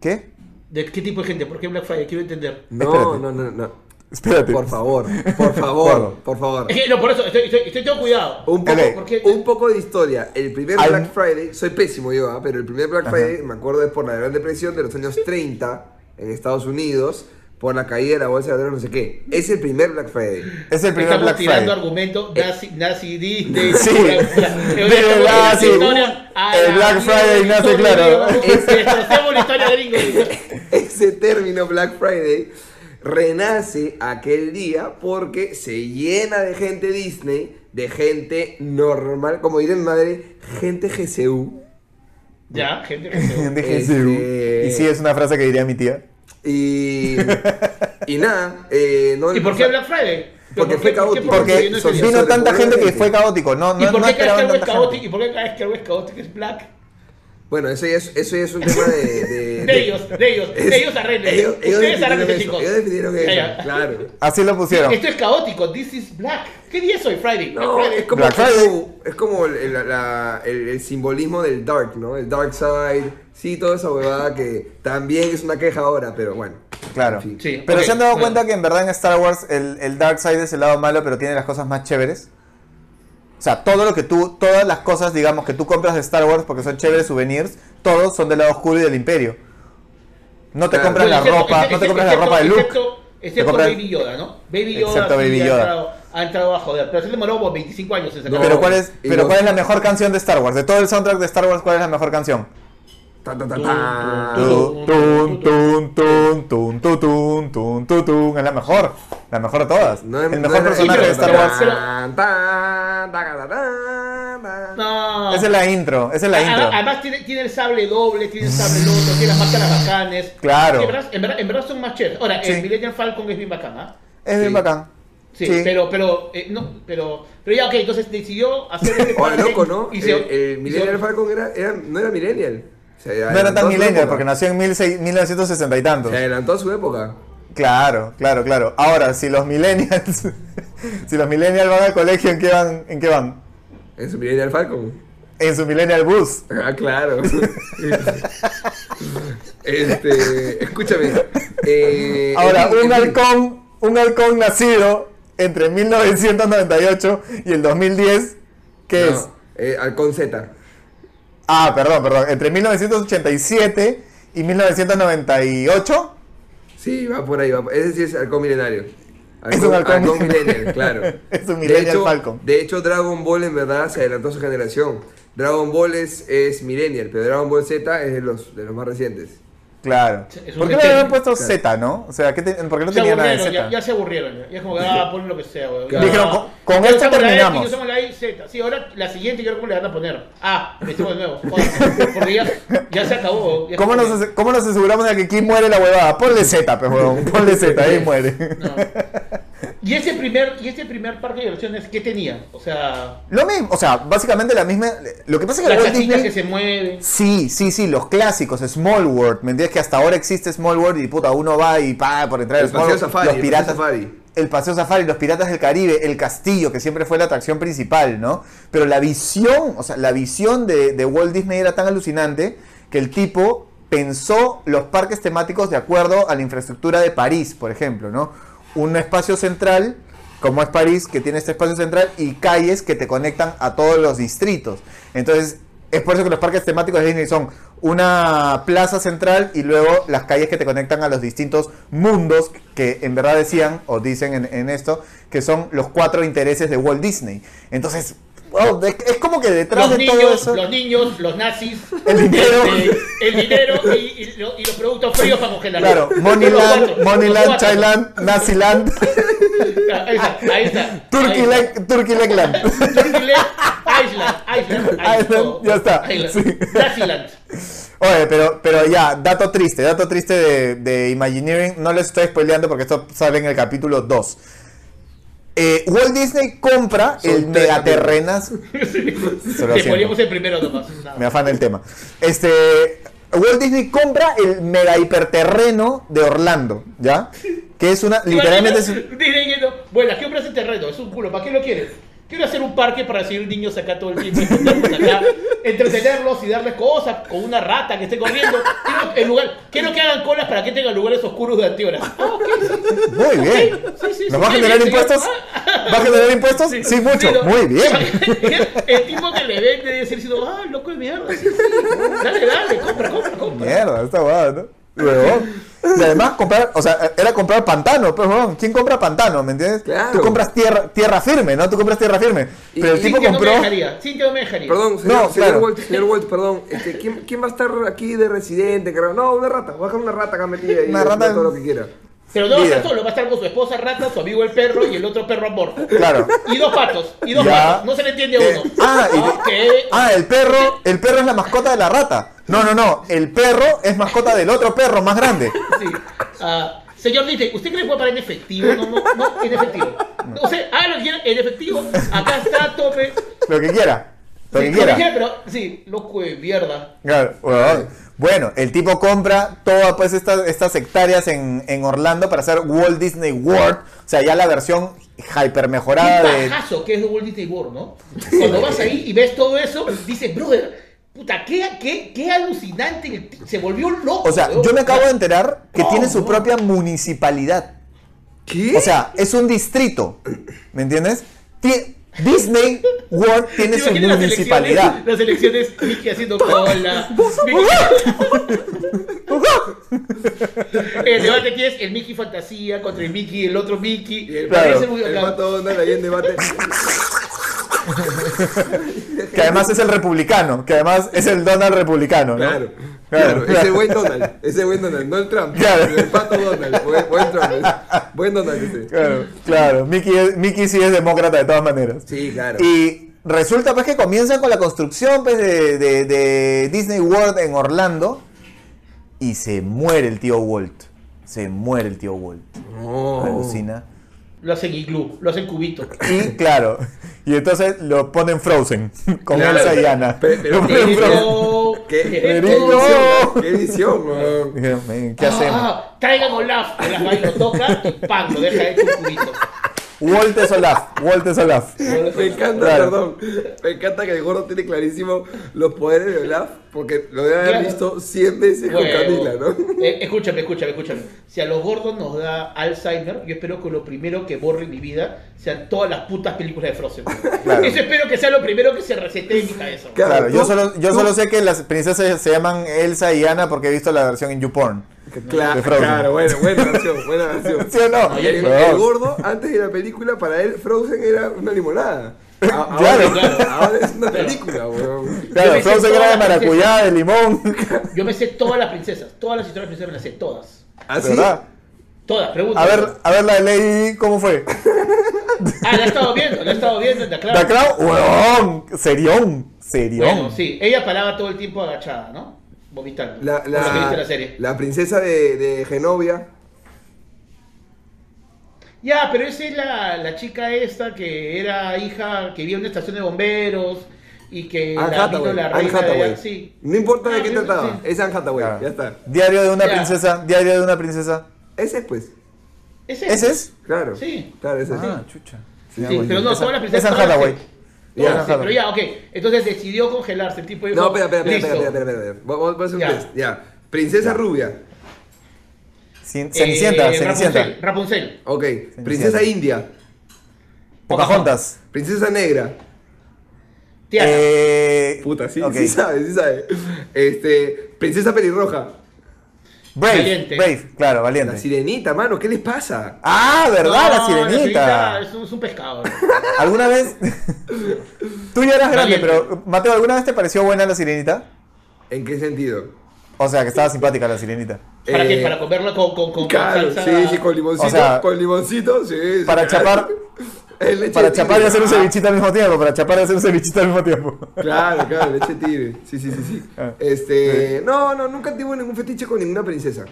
D: ¿Qué?
E: ¿De qué tipo de gente? ¿Por qué Black Friday? Quiero entender.
B: No,
D: Espérate.
B: no, no, no.
D: Espérate.
B: Por favor, por favor, por favor.
E: Es que, no, por eso, estoy, estoy, estoy todo cuidado.
B: Un poco,
D: Ok.
E: ¿Por qué?
B: un poco de historia. El primer
D: Al-
B: Black Friday, soy pésimo yo, ¿ah? pero el primer Black Friday, me acuerdo, es por la Gran Depresión de los años 30 en Estados Unidos, por la caída de la bolsa de valores, no sé qué. Es el primer Black Friday.
D: Es el primer
E: Estamos
D: Black
E: tirando
D: Friday.
E: argumentos nazi, nazi diste.
D: Sí.
E: de
D: De verdad, sí. El Black Friday nace, claro.
E: Destrocemos la historia gringo.
B: Ese término Black Friday renace aquel día porque se llena de gente Disney, de gente normal, como diré en madre, gente GCU.
E: Ya, gente. gente.
D: Dije,
B: Este-
D: "Sí". Y sí, es una frase que diría mi tía.
B: Y, y nada, eh, no
E: ¿Y
B: le
E: por qué
B: pasa-
E: Black Friday? ¿Pero
B: Porque
E: por
B: fue
E: qué- por qué-
B: caótico.
E: por qué
D: Porque
E: no es el día?
D: vino tanta gente que fue caótico. No, no,
E: ¿Y por
D: no
E: qué cada vez que
D: esperaban
E: algo es
D: tanta
E: caótico? ¿Y
D: gente.
E: por qué cada vez que algo es caótico es black?
B: Bueno, eso ya es, eso ya es un tema de...
E: De,
D: Eh,
B: de-
E: ellos, de ellos,
B: es-
E: de ellos arreglen.
B: ellos- ellos
E: Ustedes
B: definieron
E: arreglen,
B: eso,
E: chicos.
B: Ellos definieron eso,
E: Ya, ya.
B: claro.
D: Así lo pusieron.
E: Esto es caótico, this is black. ¿Qué día es hoy, Friday?
B: No,
E: Black Friday.
B: es como,
D: Black Friday.
B: es como- es como el, el- la- el- el simbolismo del dark, ¿no? El dark side, sí, toda esa huevada que también es una queja ahora, pero bueno.
D: Claro.
B: En fin.
E: Sí,
D: Pero
E: ok,
D: se han dado
E: bueno.
D: cuenta que en verdad en Star Wars el, el Dark Side es el lado malo, pero tiene las cosas más chéveres. O sea, todo lo que tú, todas las cosas, digamos, que tú compras de Star Wars porque son chéveres souvenirs, todos son del lado oscuro y del imperio. No te
B: Claro.
D: compras la
E: Excepto-
D: ropa, no te
E: excepto-
D: compras la ropa de Luke.
E: Excepto, excepto
D: compras-
E: Baby Yoda, ¿no? Baby Yoda,
D: Excepto
E: sí,
D: Baby
E: ha
D: Yoda.
E: entrado, ha entrado a joder. Pero se demoró por 25 años en sacar.
D: Pero cuál es,
B: y
D: pero
B: los-
D: cuál es la mejor canción de Star Wars, de todo el soundtrack de Star Wars, ¿cuál es la mejor canción?
B: Ta, ta, ta,
E: Tum,
B: ta.
E: tum,
D: Tun,
E: tum.
D: tun, tun, tun, tun, tun, tun, tun, tun, tun. es la mejor, la mejor de todas.
B: No es-
D: el
B: no
D: mejor
B: es la-
D: personaje de Star
E: pero-
D: Wars.
E: pero-
B: Tan, tan, taca, ta, tan, tan.
E: No.
D: Esa es la intro, esa es la
E: Además-
D: intro.
E: Además tiene, tiene el sable doble, tiene el sable loto, tiene las máscaras bacanes.
D: Claro.
E: Sí, en, verdad, en, verdad, en verdad son más chéveres. Ahora,
D: Sí.
E: el Millennium Falcon es bien bacán, ¿ah?
D: Es bien
B: Sí.
D: bacán.
E: Sí, pero, pero, eh, no, pero, pero ya, ok, entonces decidió hacer este
B: Ahora,
E: padre
B: loco, ¿no?
E: y
B: El,
E: se-
D: Eh,
B: el
E: y
B: Millennial
E: se-
B: Falcon era, era- no era Millennial. Se
D: No era
B: adelantó a
D: tan
B: su
D: millennial
B: época.
D: porque nació en 16- 1960 y tantos.
B: Se adelantó a su época.
D: Claro, claro, claro. Ahora, si los millennials, si los millennials van al colegio, ¿en qué van? ¿En qué van?
B: En su Millennial Falcon.
D: En su millennial bus.
B: Ah, claro. este, escúchame. eh,
D: Ahora,
B: en fin,
D: un
B: en fin.
D: halcón, un halcón nacido entre 1998 y el 2010, ¿qué
B: No,
D: es?
B: eh, halcón Z.
D: Ah, perdón, perdón. Entre 1987 y 1998.
B: Sí, va por ahí. Va. por- Ese sí es halcón milenario.
D: Es un halcón milenario.
B: millennial, claro.
D: Es un
B: De
D: millennial
B: hecho-
D: Falcon.
B: De hecho, Dragon Ball en verdad se adelantó a su generación. Dragon Ball es, es millennial, pero Dragon Ball Z es de los, de los más recientes.
D: Claro.
E: Es un
D: ¿Por qué no
E: centenio.
D: le habían puesto
B: Claro.
D: Z, no? O sea, ¿qué te- ¿por qué no
E: se
D: tenía nada de
E: aburrieron,
D: Z?
E: ya, ya se aburrieron. Ya, ya es como que, ah, pon lo que sea, weón. Ya,
D: Dijeron,
E: ah,
D: con- con
E: ya
D: esto
E: usamos la X,
D: terminamos.
E: ya usamos la Y, Z. Sí, ahora la siguiente, yo creo que le van a poner. Ah, metemos de nuevo. joder, porque ya, ya se acabó. ya
D: ¿Cómo
E: se
D: nos,
E: acabó.
D: ase- ¿Cómo nos aseguramos de que aquí muere la huevada? Ponle Z, pues, huevón. Ponle Z, ahí muere.
E: No. ¿Y este primer, y este primer parque de diversiones qué tenía? O sea,
D: Lo mismo, o sea, básicamente la misma. Lo que pasa es que
E: las
D: Walt
E: casitas
D: Disney.
E: que se mueven.
D: Sí, sí, sí, los clásicos, Small World. ¿Me entiendes? Que hasta ahora existe Small World y puta, uno va y pa, por entrar
B: El
D: al Small
B: paseo
D: World,
B: safari.
D: Los
B: el
D: piratas.
B: paseo safari.
D: el Paseo Safari, los Piratas del Caribe, el castillo, que siempre fue la atracción principal, ¿no? Pero la visión, o sea, la visión de, de Walt Disney era tan alucinante que el tipo pensó los parques temáticos de acuerdo a la infraestructura de París, por ejemplo, ¿no? Un espacio central, como es París, que tiene este espacio central, y calles que te conectan a todos los distritos. Entonces, es por eso que los parques temáticos de Disney son una plaza central y luego las calles que te conectan a los distintos mundos que en verdad decían o dicen en, en esto que son los cuatro intereses de Walt Disney. Entonces, wow, es, es como que detrás
E: Los
D: de todo
E: niños,
D: eso...
E: los niños, los nazis,
D: El dinero.
E: este, el dinero y, y lo- y los productos fríos para congelar.
D: Claro,
E: Los
D: Moneyland,
E: cuatro, los
D: Moneyland,
E: cuatro.
D: Childland, Naziland,
E: Claro, Ahí está, ahí está.
D: Turkey Leg- Turkey Legland.
E: Turquiland, Island, Island,
D: Island, ya está,
E: Island.
D: sí.
E: Naziland.
D: Oye, pero, pero ya, dato triste, dato triste de, de Imagineering, no les estoy spoileando porque esto sale en el capítulo 2. Eh, Walt Disney compra
B: Son
D: el
B: tres
D: megaterrenas. Se lo
E: Te
D: siento.
E: poníamos el primero nomás. nada.
D: Me afana el tema. Este. Walt Disney compra el mega hiperterreno de Orlando, ¿ya? Que es una. Literalmente es.
E: Dicen que no. Bueno, ¿qué compras ese terreno? Es un culo. ¿Para qué lo quieres? ¿Qué Quiero hacer un parque para recibir niños acá todo el tiempo, esconderlos acá, entretenerlos y darles cosas con una rata que esté corriendo. Quiero, en lugar, quiero que hagan colas para que tengan lugares oscuros durante horas. Ah, ok, sí.
D: Muy bien.
E: Sí, sí, sí,
D: ¿Nos va a
E: muy
D: generar
E: bien, señor.
D: impuestos? ¿Va a generar impuestos? Sí, mucho.
E: no.
D: Muy bien.
E: El tipo que le vende debe decir, ah, loco de mierda. sí, sí. Dale, dale, compra, compra, compra.
D: Mierda, esta guada, ¿no? Huevón. Y además comprar, o sea, era comprar pantano, pues huevón, ¿quién compra pantano? ¿Me entiendes?
B: Claro.
D: Tú compras tierra, tierra firme, ¿no? Tú compras tierra firme.
B: Y-
D: Pero el
B: y
E: Sin
D: tipo
E: que no me
D: compró.
E: dejaría, sin que no me dejaría.
B: Perdón, señor,
D: No,
B: señor
D: claro.
B: Walt, señor Walt, perdón. Este, ¿quién, quién va a estar aquí de residente? carajo? No, una rata. Voy a dejar una rata acá metida ahí.
D: Una rata-
B: Todo lo que quiera.
E: Pero no va a estar
D: Mira.
E: solo, va a estar con su esposa rata, su amigo el perro y el otro perro amorfo.
D: Claro.
E: Y dos patos, y dos
D: Ya.
E: patos, no se le entiende a
D: Eh,
E: uno.
D: ah, y-
E: Ok.
D: Ah, el perro, el perro es la mascota de la rata. No, no, no. El perro es mascota del otro perro más grande.
E: Sí. Ah, señor dice, ¿usted cree que puede pagar en efectivo? No, no, no, en efectivo. No sé, haga lo que quiera, en efectivvo. Acá está, tope.
D: Lo que quiera. Lo
E: Sí,
D: que quiera.
E: pero sí, loco de mierda.
D: Claro, huevón. Bueno, el tipo compra todas pues estas, estas hectáreas en, en Orlando para hacer Walt Disney World. O sea, ya la versión hyper
E: Qué
D: mejorada de.
E: pajazo que es de Walt Disney World, ¿no? Cuando vas ahí y ves todo eso, dices, brother, puta, qué, qué, qué alucinante. el t- Se volvió loco.
D: O sea,
E: weón.
D: yo me acabo de enterar que
E: No,
D: tiene su
E: no.
D: propia municipalidad.
B: ¿Qué?
D: O sea, es un distrito. ¿Me entiendes? Ti- Disney World tiene
E: ¿Te
D: su
E: imaginas las
D: municipalidad.
E: elecciones- Las elecciones, Mickey haciendo cola. Mickey- el debate aquí es el Mickey fantasía contra el Mickey, el otro Mickey. Eh,
B: Y el-
E: Parece
D: claro,
E: muy
B: El
E: bacán.
B: pato anda ahí en debate.
D: Que además es el republicano. Que además es el Donald republicano. ¿no?
B: Claro, claro,
D: Claro,
B: ese
D: claro.
B: buen Donald, ese buen Donald, no el Trump,
D: Claro.
B: el pato Donald, buen, buen Trump, buen Donald ese.
D: Claro, claro. Mickey, es- Mickey sí es demócrata de todas maneras.
B: Sí, claro.
D: Y resulta pues que comienzan con la construcción pues, de, de- de Disney World en Orlando y se muere el tío Walt. Se muere el tío Walt.
B: No.
D: Alucina.
E: Lo hacen iglú, lo hacen cubito.
D: Y claro. Y entonces lo ponen Frozen con
B: Claro.
D: Elsa y Anna.
B: Pe- pero-
D: Lo ponen Frozen.
E: Pero-
B: ¿Qué, qué
D: Perico.
B: visión, qué visión, weón.
D: Dijeron, "Men, ¿Qué hacemos?
E: eh, Ah, traigan Olaf, Olaf ahí lo toca y pan, lo deja hecho un cubito.
D: Walt es Olaf. Walt es Olaf.
B: Me encanta,
D: Claro.
B: perdón, me encanta que el gordo tiene clarísimo los poderes de Olaf, porque lo debe haber
E: Claro.
B: visto 100 veces con
E: Bueno,
B: Camila, ¿no?
E: eh, escúchame, escúchame, escúchame. Si a los gordos nos da Alzheimer, yo espero que lo primero que borre mi vida sean todas las putas películas de Frozen.
D: Claro.
E: Eso espero que sea lo primero que se resete en mi cabeza.
B: Claro,
D: Claro, yo
B: tú-
D: solo, yo
B: tú-
D: solo sé que las princesas se llaman Elsa y Anna porque he visto la versión en YouPorn.
B: Claro,
D: De Frozen.
B: Ah, claro, bueno, buena versión, buena versión.
D: ¿Sí o no?
E: No,
B: Y el,
D: Huevón.
B: el gordo, antes de la película, para él Frozen era una limonada. A- Ahora,
D: Claro.
B: ahora, es una película, weón.
D: Claro,
E: Yo me
D: Frozen
E: siento
D: era de
E: la princesa.
D: maracuyá, de limón.
E: Yo me sé todas las princesas, todas las historias de princesas me las sé, todas.
B: ¿Así?
D: ¿Verdad?
E: Todas, pregunta.
D: A ver, a ver la de Lady, ¿cómo fue?
E: Ah, la he estado viendo, la he estado viendo, te aclaro.
D: ¿La Crown? ¡Huevón! ¡Serión!
E: Bueno,
D: ¡Serión!
E: sí, ella paraba todo el tiempo agachada, ¿no? Vomitando.
B: La,
E: Por lo que dice
B: la,
E: la serie.
B: la princesa de, de Genovia.
E: Ya, pero esa es la, la chica esta que era hija, que vivía en una estación de bomberos y que
B: Anne
E: la vino
B: Hathaway.
E: la
B: Anne
E: reina de
B: Hathaway.
E: sí. Ah,
B: No importa de qué
E: Sí,
B: trataba.
E: sí.
B: Es Anne Hathaway,
D: Claro.
B: ya está.
D: Diario de una
E: Ya.
D: princesa, diario de una princesa.
B: Ese es, pues.
E: ¿Ese?
D: ¿Ese es?
B: Claro.
E: Sí.
B: Claro, ese es.
D: Ah, chucha.
E: Sí, pero no, todas las
D: Es
E: princesas.
D: Anne
E: todas las
D: Hathaway.
E: que-
D: Ya,
E: todas, sí,
D: Hathaway.
E: pero ya, ok. Entonces decidió congelarse el tipo. dijo,
B: No, espera, espera, espera,
E: "Listo".
B: espera, espera, espera, espera. Vamos vamos a hacer un
E: Ya.
B: test. Ya. Princesa rubia.
D: Cien-
E: Eh,
D: Cenicienta,
E: Rapunzel,
D: Cenicienta.
E: Rapunzel.
B: Ok. Princesa india.
D: Pocahontas.
B: Princesa negra.
E: Tiana.
D: Eh,
B: Puta, sí,
D: ok.
B: sí sabe, sí sabe. Este, princesa pelirroja.
D: Brave,
E: Valiente.
D: Brave, claro,
B: La
D: valiente.
B: sirenita, mano, ¿qué les pasa?
D: Ah, ¿verdad?
E: No,
D: la sirenita.
E: es, un, es un pescado. ¿no?
D: ¿Alguna vez? Tú ya eras grande,
E: Valiente.
D: pero Mateo, ¿alguna vez te pareció buena la sirenita?
B: ¿En qué sentido?
D: O sea, que estaba simpática la sirenita.
E: ¿Para qué?
B: Eh,
E: Para comerlo con, con, con
B: Claro,
E: salsa.
B: sí, sí, con limoncito,
D: O sea,
B: con limoncito, sí. sí,
D: Para
B: claro.
D: chapar,
B: Es leche
D: para
B: de
D: chapar y
B: tigre.
D: hacer un
B: Ah,
D: cevichito al mismo tiempo, para chapar y hacer un cevichito al mismo tiempo.
B: Claro, claro, leche de tigre. Sí, sí, sí, sí.
D: Ah.
B: Este, no, no, nunca tuve ningún fetiche con ninguna princesa.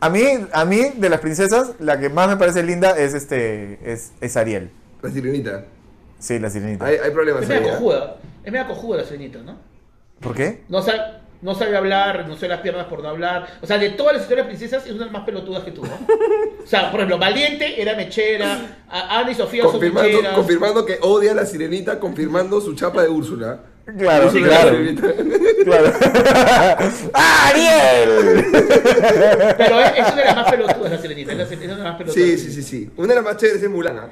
D: A mí, a mí, de las princesas, la que más me parece linda es este, es, es Ariel.
B: La sirenita.
D: Sí, la sirenita.
B: Hay, hay problemas
E: Es media
B: ahí. ¿eh?
E: cojuda. Es media cojuda la sirenita, ¿no?
D: ¿Por qué?
E: No, o sea, No sabe hablar, renunció las piernas por no hablar. O sea, de todas las historias de princesas, es una de las más pelotudas que tuvo. O sea, por ejemplo, Valiente era mechera, a- Ana y Sofía son
B: Confirmando,
E: mecheras.
B: confirmando que odia a la sirenita, confirmando su chapa de Úrsula.
D: Claro,
B: Úrsula
D: claro,
B: y la sirenita.
D: claro. ¡Ah, ¡Ariel!
E: Pero es, es una de las más pelotudas, la sirenita. Es la- es una de las más pelotudas.
B: Sí, sí, sí, sí. Una de las más chéveres es Mulana.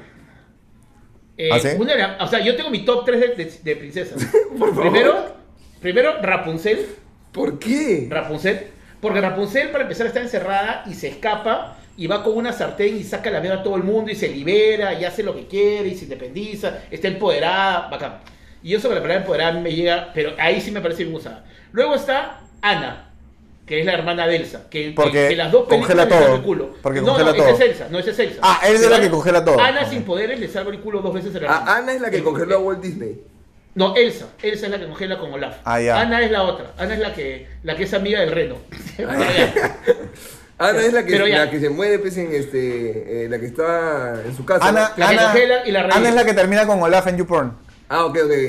E: Eh,
D: ¿Ah, sí?
E: una de las- o sea, yo tengo mi top 3 de, de- de princesas.
B: Por favor.
E: Primero, primero, Rapunzel.
B: ¿Por qué?
E: Rapunzel. Porque Rapunzel, para empezar, está encerrada y se escapa y va con una sartén y saca la mierda a todo el mundo y se libera y hace lo que quiere y se independiza, está empoderada, bacán. Y yo sobre la palabra empoderada a mí me llega, pero ahí sí me parece bien usada. Luego está Ana, que es la hermana de Elsa, que,
D: Porque
E: que- que las dos películas
D: congela
E: le salva
D: todo,
E: el culo.
D: porque
E: no,
D: congela
E: no,
D: todo.
E: esa es Elsa, no esa es Elsa.
D: Ah, Elsa es la
E: Pero
D: que congela todo.
E: Ana
D: Ok.
E: sin poderes le salva el culo dos veces a la
B: A Ah, Ana es la que congeló a Walt Disney.
E: no, Elsa. Elsa es la que congela con Olaf.
D: Ah, ya.
E: Ana es la otra. Ana es la que, la que es amiga del reno.
B: Ah, Ana es la que,
E: Pero ya.
B: la que se muere, pues, en este. eh, la que está en su casa.
D: Ana,
E: La que
D: Ana,
E: congela y la revive.
D: Ana es la que termina con Olaf en YouPorn.
B: Ah, ok, ok. ok.
D: La
B: y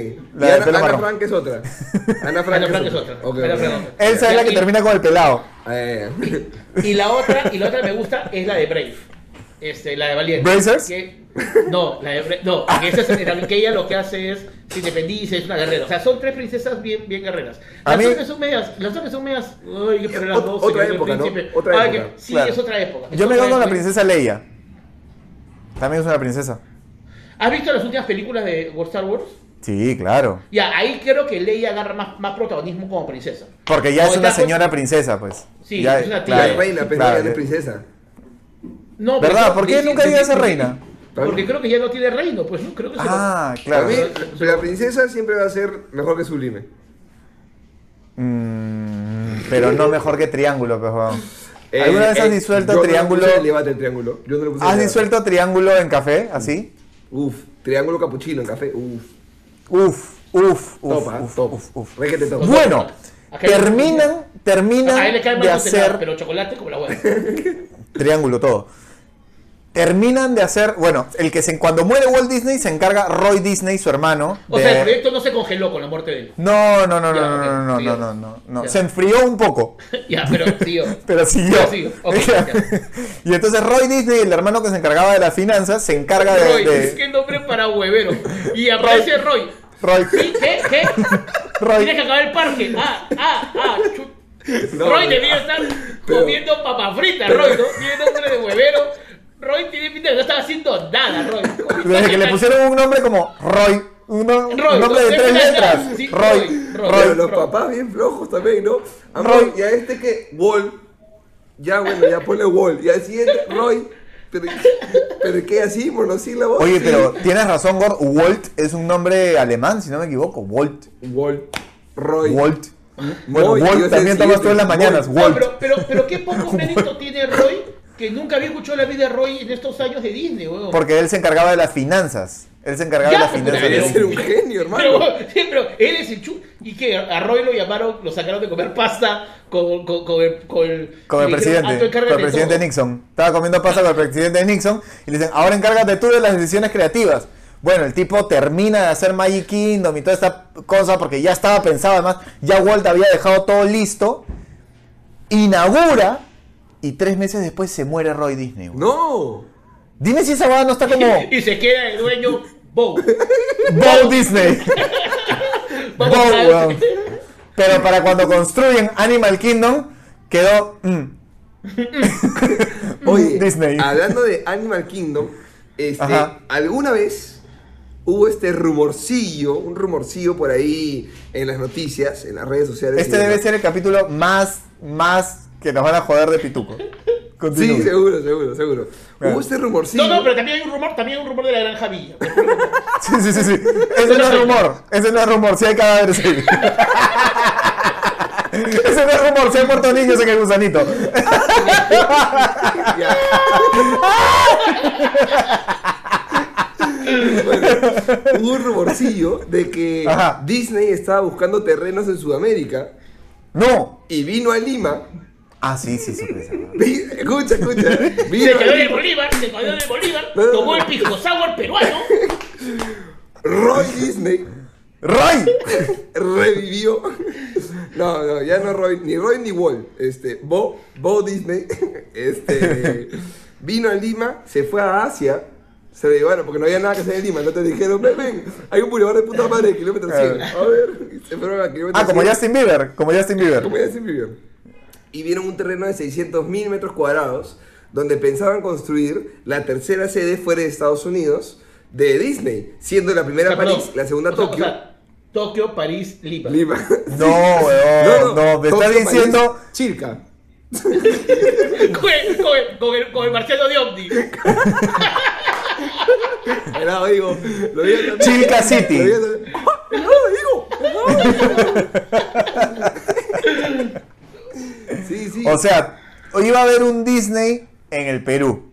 D: de
B: Ana,
D: pelo
B: Ana
D: marrón.
B: Frank es otra. Ana Frank,
E: Ana Frank es otra.
B: Ok,
E: Ana
B: ok.
E: Frank es otra.
D: Elsa es la que
E: Y-
D: termina con el pelado.
B: Ah, ya, ya.
E: Y la otra, y la otra que me gusta es la de Brave. Este, la de Valiente.
D: ¿Brazers?
E: Que- no, la de Brave. No, que, esa es- también que ella lo que hace es se independiza, es una guerrera. O sea, son tres princesas bien, bien guerreras.
D: A
E: Las
D: mí-
E: otras que son medias, las otras que son medias. Ay, pero las
B: Ot-
E: dos.
B: otra
E: señor del
B: época, ¿no?
E: príncipe.
B: Otra
E: Ay, que-
B: época.
E: sí,
D: Claro.
E: es otra época. Es
D: Yo me
E: otra
D: quedo con la
E: época.
D: princesa Leia. También es una princesa.
E: ¿Has visto las últimas películas de Star Wars?
D: Sí, claro.
E: Ya, ahí creo que Leia agarra más, más protagonismo como princesa.
D: Porque ya
E: Como
D: es una
E: está con-
D: señora princesa, pues.
E: Sí,
D: Ya-
E: es una tía.
B: La
E: Claro,
B: reina, pues,
D: claro.
B: ya no es princesa.
E: No,
D: ¿Verdad?
E: pero-
D: ¿Por qué
E: dice-
D: nunca llega a
E: dice-
D: ser reina?
E: Porque creo que ya no tiene reino, pues no, creo que se lo-
D: Ah,
B: Para
D: claro.
B: mí, la princesa siempre va a ser mejor que Sublime.
D: Mm, Pero no mejor que triángulo, pues, weón. ¿Alguna vez has disuelto
B: Eh, yo
D: triángulo?
B: No le puse el debate el triángulo. Yo no le puse el
D: ¿Has
B: debate.
D: disuelto triángulo en café? ¿Así?
B: Uf, triángulo capuchino en café. Uf,
D: Uf, uf, uf,
B: topa,
D: uf,
B: top.
D: uf, uf.
B: Requete top.
D: Bueno,
E: Acá hay
D: terminan,
E: A él
D: terminan
E: le cae mal
D: de
E: Dulce Nada,
D: hacer...
E: pero chocolate como la hueá.
D: triángulo todo. Terminan de hacer, bueno, el que se, cuando muere Walt Disney se encarga Roy Disney, su hermano.
E: O
D: de-
E: sea, el proyecto no se congeló con la muerte de él.
D: No, no, no, no,
E: Ya,
D: no, no,
E: ok,
D: no, no,
E: siguió.
D: no, no, no.
E: Ya.
D: Se enfrió un poco,
E: ya, pero tío.
D: pero siguió.
E: Pero siguió, ok, ya.
D: y entonces Roy Disney, el hermano que se encargaba de las finanzas, se encarga de
E: Roy,
D: de-
E: es que nombre para huevero. Y aparece Roy.
D: Roy.
E: ¿Sí? ¿Qué? ¿Qué?
D: Roy.
E: Tienes que acabar el parque. Ah, ah, ah. chu-
B: No,
E: Roy
B: no.
E: debía estar comiendo papas fritas, Roy, ¿no? Tiene nombre de huevero. Roy tiene pinta de que no estaba haciendo nada, Roy.
D: Desde que le pusieron un nombre como Roy, un, no- un nombre de tres letras.
E: Sí,
D: Roy,
E: Roy,
B: Pero
D: Roy.
B: los
E: Roy.
B: papás bien flojos también, ¿no? A Roy
D: Roy.
B: y a este que Wall. Ya, bueno, ya ponle Wall. Y al siguiente, Roy. Pero, pero ¿qué así? Monosílabo.
D: Oye,
B: Sí.
D: pero tienes razón, Gord. Walt es un nombre alemán, si no me equivoco. Walt.
B: Wall. Roy.
D: Walt. Bueno,
B: Voy, yo
D: Walt
B: sé
D: también
B: decir,
D: tomas tú en las
B: voy.
D: mañanas.
E: No,
D: Walt.
E: pero, pero, pero qué poco crédito tiene Roy que nunca había escuchado la vida de Roy en estos años de Disney, weón.
D: Porque él se encargaba de las finanzas. Él se encargaba
E: Ya,
D: de las
E: pues,
D: finanzas.
B: Debe
E: pero-
B: ser un genio,
E: Pero,
B: hermano.
E: weón, sí, pero él es el chu. Y que a Roy lo llamaron, lo sacaron de comer pasta con, con, con el. Con el,
D: Como el
E: le dijeron, "Ah, tú
D: presidente,
E: encárgate
D: con el
E: de
D: presidente
E: todo".
D: Nixon. Estaba comiendo pasta con el presidente Nixon y le dicen, ahora encárgate tú de las decisiones creativas. Bueno, el tipo termina de hacer Magic Kingdom y toda esta cosa porque ya estaba pensado, además, ya Walt había dejado todo listo. Inaugura y tres meses después se muere Roy Disney. güey.
B: No.
D: Dime si esa boda no está como
E: Y se queda el dueño, Bow.
D: Walt Disney.
E: Vamos
D: Bow,
E: a-
D: weón. Pero para cuando construyen Animal Kingdom, quedó. mm,
B: Oye,
D: Disney.
B: hablando de Animal Kingdom, este,
D: Ajá.
B: alguna vez hubo este rumorcillo, un rumorcillo por ahí en las noticias, en las redes sociales.
D: Este
B: y
D: debe
B: demás.
D: ser el capítulo más, más que nos van a joder de Pituco. Continúe.
B: Sí, seguro, seguro, seguro.
D: Claro.
B: Hubo este rumorcillo.
E: No, no, pero también hay un rumor, también hay un rumor de la granja Villa.
D: sí, sí, sí, sí. Ese no es rumor. Ese no es rumor. Sí hay cadáveres ahí. Ese no es rumor. Sí hay muertos niños en el gusanito.
B: Ya. Bueno, hubo un rumorcillo de que
D: Ajá.
B: Disney estaba buscando terrenos en Sudamérica
D: No.
B: y vino a Lima.
D: Ah, sí, sí, sí. sí, sí.
B: vi- escucha, escucha.
E: Se
B: Vino a
E: quedó en el
B: Lima.
E: Bolívar, se quedó en el Bolívar,
B: No, no,
E: tomó
B: no.
E: el pisco sour peruano.
B: Roy Disney
D: ¡Roy!
B: revivió. No, no, ya no Roy, ni Roy ni Wall, este, Bo, Bo Disney, este, vino a Lima, se fue a Asia, se lo llevaron porque no había nada que hacer en Lima, entonces dijeron, ven, ven, hay un bulevar de puta
E: Ah.
B: madre de kilómetro 100, a ver, y se fueron a kilómetro
D: Ah, como
B: 100.
D: Justin Bieber, como Justin Bieber.
B: Como ya se vivió. Y vieron un terreno de 600 mil metros cuadrados donde pensaban construir la tercera sede fuera de Estados Unidos de Disney, siendo la primera
E: perdón.
B: París, la segunda
E: O sea, o
B: Tokio,
E: sea, Tokio, París, Lima.
B: Lima.
D: No, weón, no, me estás
B: Tokio, París,
D: diciendo.
B: Chilca.
E: Con el, con el- con el- con el Marcelo Diomdi.
B: Al lado digo, lo digo también.
D: Chilca City.
B: Lo digo también. ¡Ah! al lado digo, al lado digo. Sí, sí.
D: O sea, iba a haber un Disney en el Perú.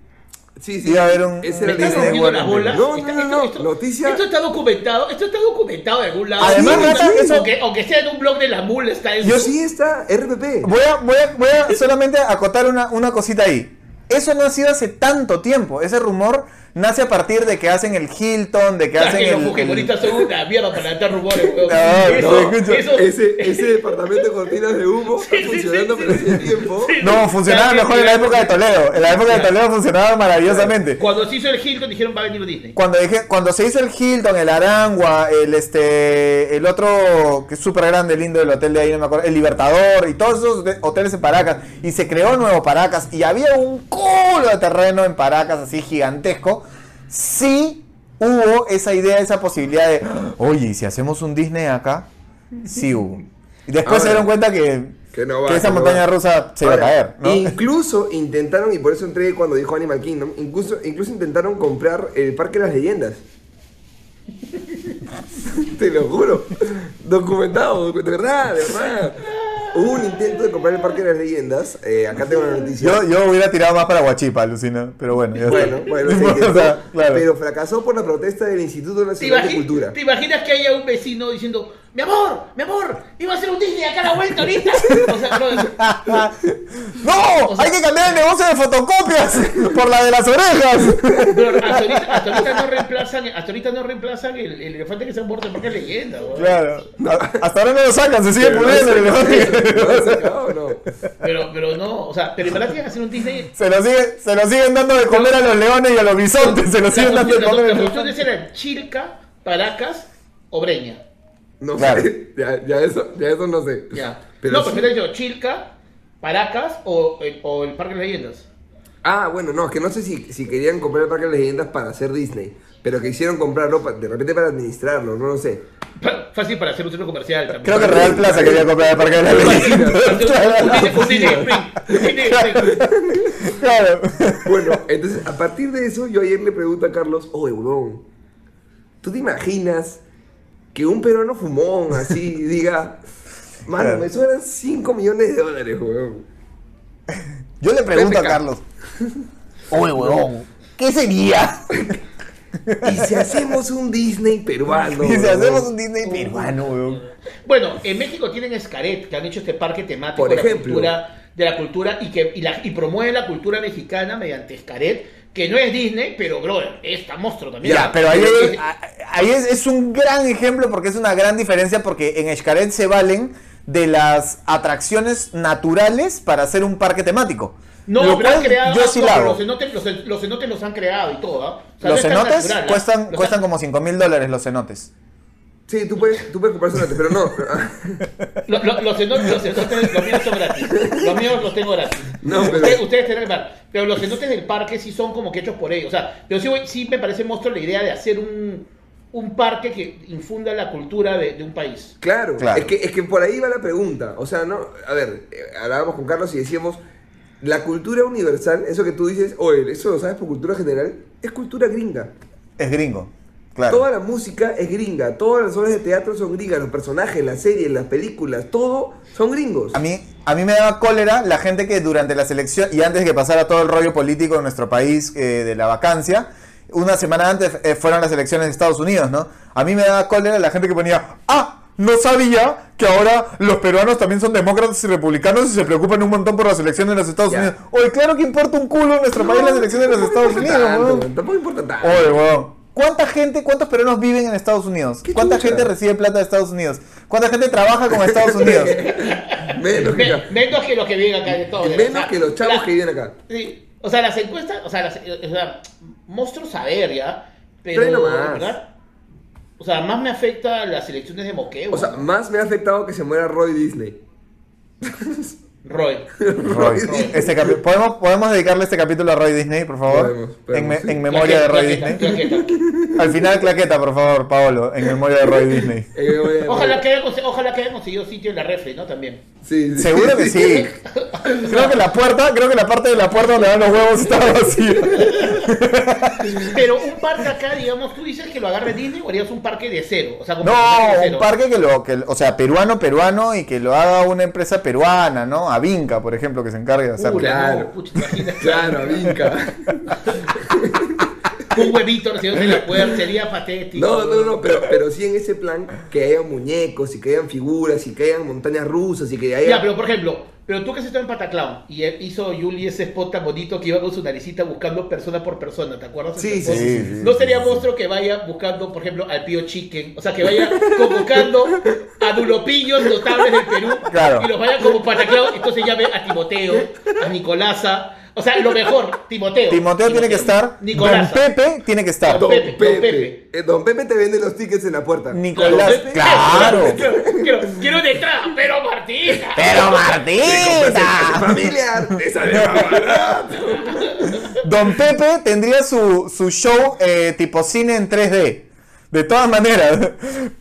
B: sí, sí.
D: iba a haber un-
B: Ese era
E: ¿Me estás
D: Disney
B: Disney
E: rompiendo
D: World.
E: las
B: World.
E: bolas?
B: No,
E: Está-
B: no, no, no.
E: Esto,
B: Noticia.
E: esto está documentado, esto está documentado de algún lado.
D: Además,
E: Esto está-
D: eso-
E: aunque, aunque sea en un blog de la mula, está eso.
B: Yo sí está RPP.
D: Voy a, voy a- voy a solamente acotar una, una cosita ahí. Eso no ha sido hace tanto tiempo. Ese rumor nace a partir de que hacen el Hilton, de que
E: Ya
D: hacen
E: que los
D: el. el-
E: fujimoristas son una mierda para levantar rumores, weón.
D: Ah, no,
E: Eso-
D: escucha,
E: eso-
B: Ese, ese departamento de cortinas de humo
E: Sí, sí,
B: está funcionando
E: sí,
B: pero
E: sí,
B: hace tiempo.
E: sí.
D: No, funcionaba
E: Ya que-
D: mejor en la época de Toledo. En la época de Toledo funcionaba maravillosamente.
E: Cuando se hizo el Hilton dijeron va a venir Disney.
D: Cuando dije, cuando se hizo el Hilton, el Arangua, el este, el otro que es súper grande, lindo, el hotel de ahí, no me acuerdo, el Libertador y todos esos de- hoteles en Paracas y se creó nuevo Paracas y había un culo de terreno en Paracas así gigantesco, sí hubo esa idea, esa posibilidad de, oye, ¿y si hacemos un Disney acá, sí hubo. Y después
B: Ahora,
D: se dieron cuenta que,
B: Ah, que no va,
D: esa
B: que no
D: montaña
B: va.
D: rusa se iba a
B: Ahora,
D: caer, ¿no?
B: Incluso intentaron, y por eso entré cuando dijo Animal Kingdom, incluso, incluso intentaron comprar el Parque de las Leyendas. Te lo juro. Documentado, de verdad, de verdad. Hubo un intento de comprar el Parque de las Leyendas. eh, acá tengo la noticia.
D: Yo, yo hubiera tirado más para Huachipa, Lucina, pero bueno, ya está.
B: bueno, bueno, se
D: O sea,
B: intentó,
D: claro.
B: pero fracasó por la protesta del Instituto
E: ¿Te,
B: Nacional de
E: imagi-
B: Cultura.
E: te imaginas que haya un vecino diciendo, mi amor, mi amor, iba a ser un Disney acá a la vuelta ahorita? O sea, no,
D: ¡No!
E: O sea-
D: ¡Hay que cambiar el negocio de fotocopias por la de las orejas!
E: pero hasta ahorita, hasta ahorita no reemplazan, hasta ahorita no reemplazan el, el elefante que se han muerto porque es leyenda, weón.
D: Claro. A- Hasta ahora no lo sacan, se sigue
B: Pero no
D: puliendo el elefante.
B: ¿No has sacado o no?
E: Pero, pero no, o sea, pero en verdad tienen que hacer un Disney.
D: Se lo, sigue, se lo siguen dando de comer a los leones y a los bisontes. Se lo siguen
E: Las
D: dando de comer.
E: opciones-
D: a
E: las
D: los-
E: opciones eran Chilca, Paracas, Obreña.
B: No
D: Claro.
B: sé, ya, ya eso, ya eso no sé.
E: Ya.
B: Pero
E: no,
B: sí-
E: pues me yo, Chilca, Paracas o el, o el Parque de Leyendas.
B: Ah, bueno, no, es que no sé si, si querían comprar el Parque de las Leyendas para hacer Disney, pero que hicieron comprarlo pa- de repente para administrarlo, no lo sé.
E: Pa- Fácil para hacer un centro comercial también.
D: Creo que Real Plaza quería comprar el parque de la
E: Fácil, fácil,
D: ley.
E: un Disney Spring, un Disney Spring.
D: Claro.
B: Bueno, entonces a partir de eso yo ayer le pregunto a Carlos, oye, huevón, ¿tú te imaginas que un peruano fumón así diga, mano,
D: Claro.
B: me suenan 5 millones de dólares, huevón?
D: Yo le pregunto a
B: PPK.
D: Carlos. Oye, huevón. ¿Qué sería?
B: ¿Y si hacemos un Disney peruano?
D: Y si
B: huevón?
D: hacemos un Disney peruano, huevón.
E: Bueno, en México tienen Escaret, que han hecho este parque temático
B: Por
E: de la
B: ejemplo.
E: cultura, de la cultura y que y, la- y promueven la cultura mexicana mediante Escaret, que no es Disney, pero bro, es tan monstruo también.
D: Ya, pero ahí,
E: Es-
D: ahí- ahí es, es un gran ejemplo porque es una gran diferencia porque en Escaret se valen de las atracciones naturales para hacer un parque temático.
E: No,
D: Lo
E: pero han
D: cual
E: creado.
D: yo sí lo
E: no, pero
D: hago.
E: Los cenotes, los, los cenotes los han creado y todo, ¿ah? O sea, no
D: Los
E: es tan
D: cenotes
E: natural, ¿ah?
D: cuestan,
E: Los han-
D: cuestan como 5 mil dólares los cenotes.
B: Sí, tú puedes, tú puedes comprar sonate, pero no.
E: Lo- lo- los cenotes, los cenotes, los míos son gratis. Los míos los tengo gratis.
B: No, pero-
E: ustedes, ustedes tienen que pagar. Pero los cenotes del parque sí son como que hechos por ellos. O sea, yo sí, voy- sí me parece monstruo la idea de hacer un, un parque que infunda la cultura de, de un país.
B: Claro,
D: Claro.
B: Es, que, es que por ahí va la pregunta. O sea, no, a ver, eh, hablábamos con Carlos y decíamos, la cultura universal, eso que tú dices, oye, eso lo sabes por cultura general, es cultura gringa.
D: Es gringo. Claro.
B: Toda la música es gringa, todas las obras de teatro son gringas, los personajes, las series, las películas, todo son gringos.
D: A mí, a mí me daba cólera la gente que durante la selección y antes de que pasara todo el rollo político en nuestro país eh, de la vacancia, una semana antes eh, fueron las elecciones de Estados Unidos, ¿no? A mí me daba cólera la gente que ponía, ah, no sabía que ahora los peruanos también son demócratas y republicanos y se preocupan un montón por las elecciones de los Estados
B: Ya.
D: Unidos. Oye, claro que importa un culo en nuestro país las elecciones de los
B: Tampoco
D: Estados
B: importa
D: Unidos,
B: tanto,
D: weón.
B: Tampoco importa tanto.
D: Oye, weón. ¿Cuánta gente, cuántos peruanos viven en Estados Unidos?
B: ¿Qué
D: ¿Cuánta
B: chucha?
D: gente recibe plata de Estados Unidos? ¿Cuánta gente trabaja con Estados Unidos?
B: Menos que acá.
E: menos que los que viven acá de todo. de
B: Menos
E: verdad.
B: que los chavos
E: La-
B: que viven acá.
E: Sí, o sea, las encuestas, o sea, las, eh, o sea monstruo saber ya, pero
B: Trae nomás.
E: ¿verdad? O sea, más me afecta las elecciones de Moqueo.
B: O sea, más me ha afectado que se muera Roy Disney.
E: Roy.
D: Roy. Este capi- ¿Podemos, podemos dedicarle este capítulo a Roy Disney, por favor.
B: Podemos, podemos,
D: en, me-
B: sí.
D: en memoria de Roy
E: Claqueta,
D: Disney.
E: claqueta, claqueta.
D: Al final, claqueta, por favor, Paolo. En memoria de Roy Disney.
B: Eh, me voy a-
E: Ojalá que, haya, conse- ojalá que haya conseguido sitio en la refri, ¿no? También.
B: Sí, sí.
D: Seguro que sí. Creo que la puerta, creo que la parte de la puerta donde van los huevos está vacía.
E: Pero un parque acá, digamos, tú dices que lo agarre Disney o harías un parque de cero. O sea, como
D: No,
E: parque de cero.
D: un parque que lo, que, o sea, peruano, peruano y que lo haga una empresa peruana, ¿no? Avinca, por ejemplo, que se encargue de hacerlo.
E: Puta,
B: Claro.
E: no, pucha, imagínate.
B: Claro, vinca.
E: Un huevito recibiéndose en la puerta sería patético.
B: No, no, no, pero, pero sí en ese plan que hayan muñecos y que hayan figuras y que hayan montañas rusas y que
D: Eh,
B: haya...
E: Ya, pero por ejemplo, pero tú que has estado en Pataclown y él hizo Yuli ese spot tan bonito que iba con su naricita buscando persona por persona, ¿te acuerdas?
B: Sí,
E: Ese
B: sí,
E: spot?
D: sí, sí,
E: No
D: sí,
E: sería
D: sí.
E: monstruo que vaya buscando, por ejemplo, al Pío Chicken, o sea, que vaya convocando a dulopiños notables del Perú
D: Claro.
E: y los vaya como Pataclown, entonces llame a Timoteo, a Nicolasa, o sea, lo mejor, Timoteo.
D: Timoteo tiene que estar. Don
E: Nicolasa.
D: Pepe tiene que estar.
E: Don Pepe, Don Pepe.
B: Eh, don Pepe te vende los tickets en la puerta.
D: Nicolás.
E: Don Pepe.
D: Claro.
E: Quiero, quiero, quiero detrás, pero Martina.
D: Pero
B: ¡Familiar!
D: Martita.
B: ¡Familiar! ¡Te sale más barato!
D: Don Pepe tendría su, su show eh, tipo cine en 3D. De todas maneras.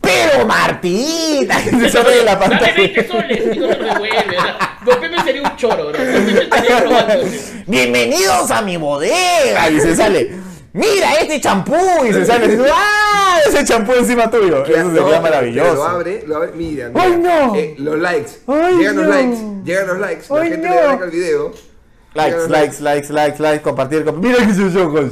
D: Pero Martita. Se sale de la
E: Dame
D: pantalla.
E: 20 soles y no me devuelve. o sea, Don Pepe sería un choro, bro. Don Pepe estaría robándose.
D: Bienvenidos a mi bodega. Y se sale. Mira este champú. Y se sale. ¡Ah! Ese champú encima tuyo. Eso
B: No,
D: sería
B: pero
D: maravilloso.
B: Lo abre, lo abre, mira. mira.
D: ¡Ay, no!
B: Eh, los likes.
D: ¡Ay,
B: llegan los
D: no!
B: likes. Llegan los likes. La
D: ¡Ay,
B: gente
D: no!
B: le da like al video.
D: Likes, likes, likes, likes, likes, compartir, comp- Miren esos ojos.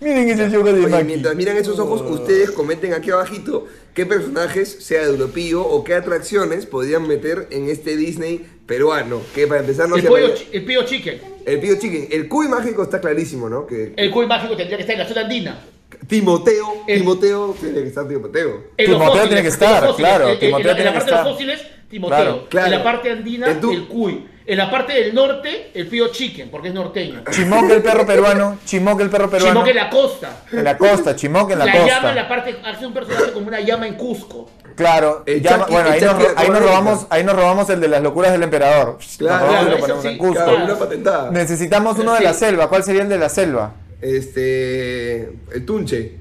D: Miren esos ojos de
B: Oye,
D: Maki.
B: mientras miran esos ojos, ustedes comenten aquí abajito qué personajes, sea de Europío o qué atracciones podrían meter en este Disney peruano. Que para empezar no
E: El,
B: se
E: pollo,
B: llamaría-
E: chi- el pío chicken.
B: El Pío Chicken. El cuy mágico está clarísimo, ¿no? Que
E: El cuy mágico tendría que estar en la zona andina.
B: Timoteo,
E: El-
B: Timoteo, tiene que estar Timoteo.
E: En
D: Timoteo
E: los fósiles,
D: tiene que
E: en los
D: estar,
E: fósiles.
D: claro,
E: En- En, en
D: Timoteo
E: la- en
D: tiene
E: la
D: que
E: parte de los
D: estar.
E: fósiles, Timoteo.
D: Claro,
B: claro.
E: En la parte andina,
B: En tu-
E: el cuy. En la parte del norte, el pío chicken, porque es norteño.
D: Chimoque el perro peruano, Chimoque el perro peruano.
E: Sino que la costa.
D: En la costa, Chimoque en la,
E: La,
D: costa.
E: llama en la parte. Hace un personaje como una llama en Cusco.
D: Claro,
B: El
D: llama-
B: Eh, Chucky-
D: bueno,
B: el
D: ahí nos,
B: Chucky de
D: ahí nos
B: Costa Rica.
D: robamos, ahí nos robamos el de las locuras del emperador. Nos
B: Claro,
D: robamos y
E: claro,
D: lo ponemos
E: eso
D: en
E: sí,
D: Cusco.
B: Claro, una patentada.
D: Necesitamos uno de
E: Sí.
D: la selva. ¿Cuál sería el de la selva?
B: Este. El Tunche.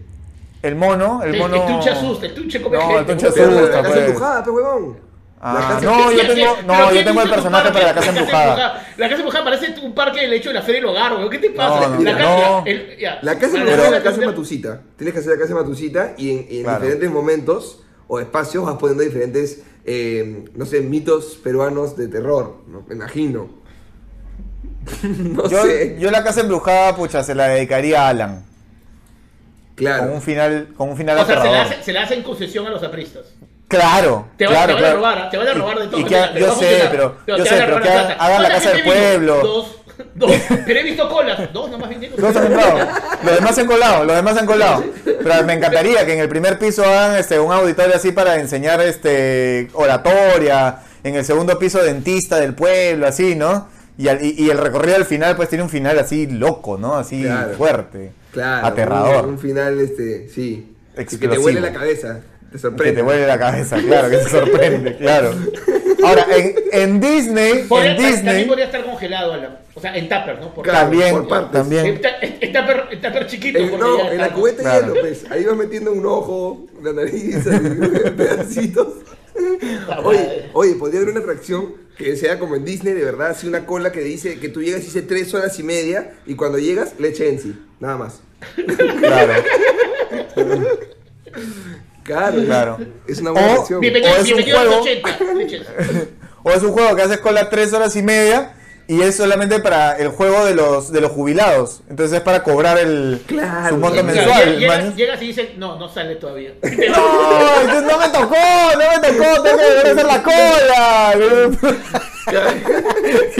D: El mono, el
E: El,
D: mono.
E: el tunche asusta, el tunche come
D: No,
E: gente.
D: el tunche
E: bro.
D: asusta.
B: Pero la casa
D: pues.
B: embrujada, pe huevón. La
D: Ah,
B: casa-
D: no,
E: Sí,
D: yo
E: sí,
D: tengo,
E: sí. Pero
D: no,
E: ¿quién
D: yo tengo el
E: hizo tu
D: personaje
E: parque?
D: para la casa embrujada.
E: La casa embrujada parece un parque del hecho de la feria del hogar, güey. ¿Qué te pasa?
D: No, no,
E: la
D: no.
E: casa, el- ya.
B: La casa
E: A
B: embrujada es la
E: la
B: casa de
E: segunda-
B: Matusita. Tienes que hacer la casa de Matusita y en, y en
D: Claro.
B: diferentes momentos o espacios vas poniendo diferentes, eh, no sé, mitos peruanos de terror. ¿no? Me imagino. no
D: Yo,
B: sé.
D: yo la casa embrujada, pucha, se la dedicaría a Alan. Con
B: claro.
D: un final, con un final
E: O sea, se
D: aterrador.
E: la, hace, se la hace en concesión a los apristas.
D: Claro,
E: Te, va-
D: claro,
E: te van
D: claro.
E: a robar, te van a robar de todo.
D: Y que-
E: Mira, va
D: yo
E: a
D: sé,
E: funcionar.
D: pero, yo
E: te
D: sé,
E: van a
D: pero
E: robar
D: que
E: la
D: hagan,
E: plata.
D: hagan la
E: ¿Cuánta
D: casa del
E: gente vino?
D: pueblo.
E: Dos, dos. Pero he visto colas. Dos nomás vinieron.
D: Los han comprado. Los demás se han colado, los demás se han colado. Pero me encantaría que en el primer piso hagan este, un auditorio así para enseñar este, oratoria. En el segundo piso, dentista del pueblo, así, ¿no? Y, al- y- y el recorrido al final, pues tiene un final así loco, ¿no? Así
B: Claro.
D: fuerte.
B: Claro.
D: Aterrador.
B: Un, un final, este, sí. Y Que te
D: Explosivo.
B: huele la cabeza. Te
D: Que
B: sorprende.
D: te vuelve la cabeza, claro, que se sorprende, claro. Ahora, en, en Disney,
E: Podría-
D: en
E: ta- También
D: Disney,
E: podría estar congelado, Alan. O sea, en tupper, ¿no? Por-
B: Claro,
D: también,
B: por partes.
E: En,
D: también,
E: ta- en tupper, en tupper chiquito.
B: En-
E: porque
B: Eh, no,
E: ya
B: en la
E: está-
B: cubeta de
D: Claro.
B: hielo, pues. Ahí vas metiendo un ojo, la nariz, así, pedacitos.
E: Ah,
B: Oye, oye, podría haber una atracción que sea como en Disney, de verdad, así una cola que dice que tú llegas y dice tres horas y media y cuando llegas, leche en sí, nada más.
D: claro.
B: Claro,
D: Claro.
B: Es una buena
D: O-
B: atracción.
E: Bienvenido,
D: O es un
E: bienvenido a
D: juego.
E: los 80. leches.
D: O es un juego que haces cola tres horas y media y es solamente para el juego de los, de los jubilados. Entonces es para cobrar el,
B: Claro.
D: su monto
B: Claro,
E: Claro,
D: mensual.
E: llega-
D: man.
E: llegas, llegas y dices, no, no sale todavía.
D: ¡No! Entonces no me tocó, no me tocó, tengo que volver a hacer la cola. y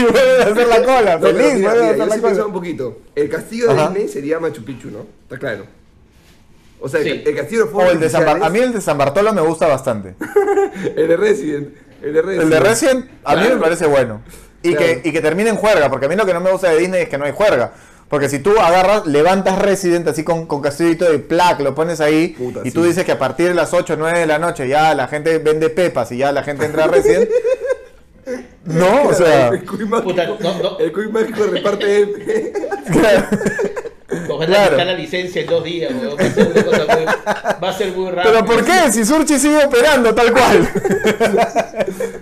D: vuelven a hacer la cola,
B: No, pero
D: feliz, vuelven
B: mira,
D: a
B: mira,
D: hacer
B: yo
D: la
B: sí pensaba un
D: cola.
B: poquito. El castillo de
D: Ajá.
B: Disney sería Machu Picchu, ¿no? Está claro. O sea,
E: Sí.
B: el, el castillo de
D: O
B: fuegos
D: el de San Bar- a mí
B: artificiales,
D: el de San Bartolo me gusta bastante.
B: El de Resident. El de Resident.
D: El de Resident a mí
B: Claro.
D: me parece bueno. Y,
B: Claro.
D: que, y que termine en juerga, porque a mí lo que no me gusta de Disney es que no hay juerga. Porque si tú agarras, levantas Resident así con, con castillito de plac, lo pones ahí
B: Puta,
D: y tú
B: sí.
D: dices que a partir de las 8 o 9 de la noche ya la gente vende pepas y ya la gente entra a Resident. no, o sea.
B: El cuy mágico,
E: Puta, no, no.
B: El cuy mágico reparte MP.
E: Ojalá
D: Claro.
E: que está la licencia en dos días, weón. Va a ser una cosa muy- Va a ser muy raro.
D: ¿Pero por qué? Si Surchi sigue operando tal cual.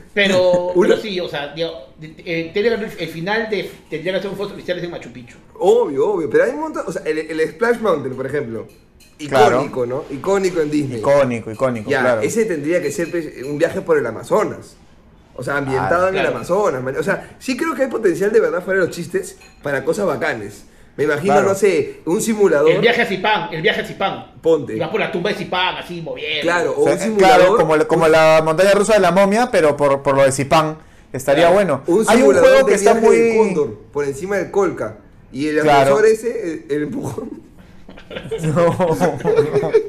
E: Pero,
B: Una-
E: pero sí, o sea, digo, eh, tiene que- el final de, tendría que ser un foto oficial en Machu Picchu.
B: Obvio, obvio. Pero hay un montón. O sea, el, el Splash Mountain, por ejemplo.
D: Claro.
B: Icónico, ¿no? Icónico en Disney.
D: Icónico, icónico,
B: Ya,
D: claro.
B: ese tendría que ser pues, un viaje por el Amazonas. O sea, ambientado
D: Ah,
B: en el
E: claro.
B: Amazonas. man. O sea, sí creo que hay potencial de verdad fuera de los chistes para cosas bacanes. Me imagino,
D: Claro.
B: no sé, un simulador.
E: El viaje a Zipán, el viaje a Zipán.
B: Ponte.
E: Y vas por la tumba de Zipán, así moviendo.
B: Claro, o
D: O sea,
B: un simulador.
D: claro, como, la- como la montaña rusa de la momia, pero por, por lo de Zipán. Estaría
E: Claro.
D: bueno.
B: un
D: Hay un
B: simulador
D: juego
B: de
D: que está
B: viaje del
D: muy.
B: cóndor por encima del Colca. Y el
D: Claro.
B: ascensor ese, el, el empujón.
D: No,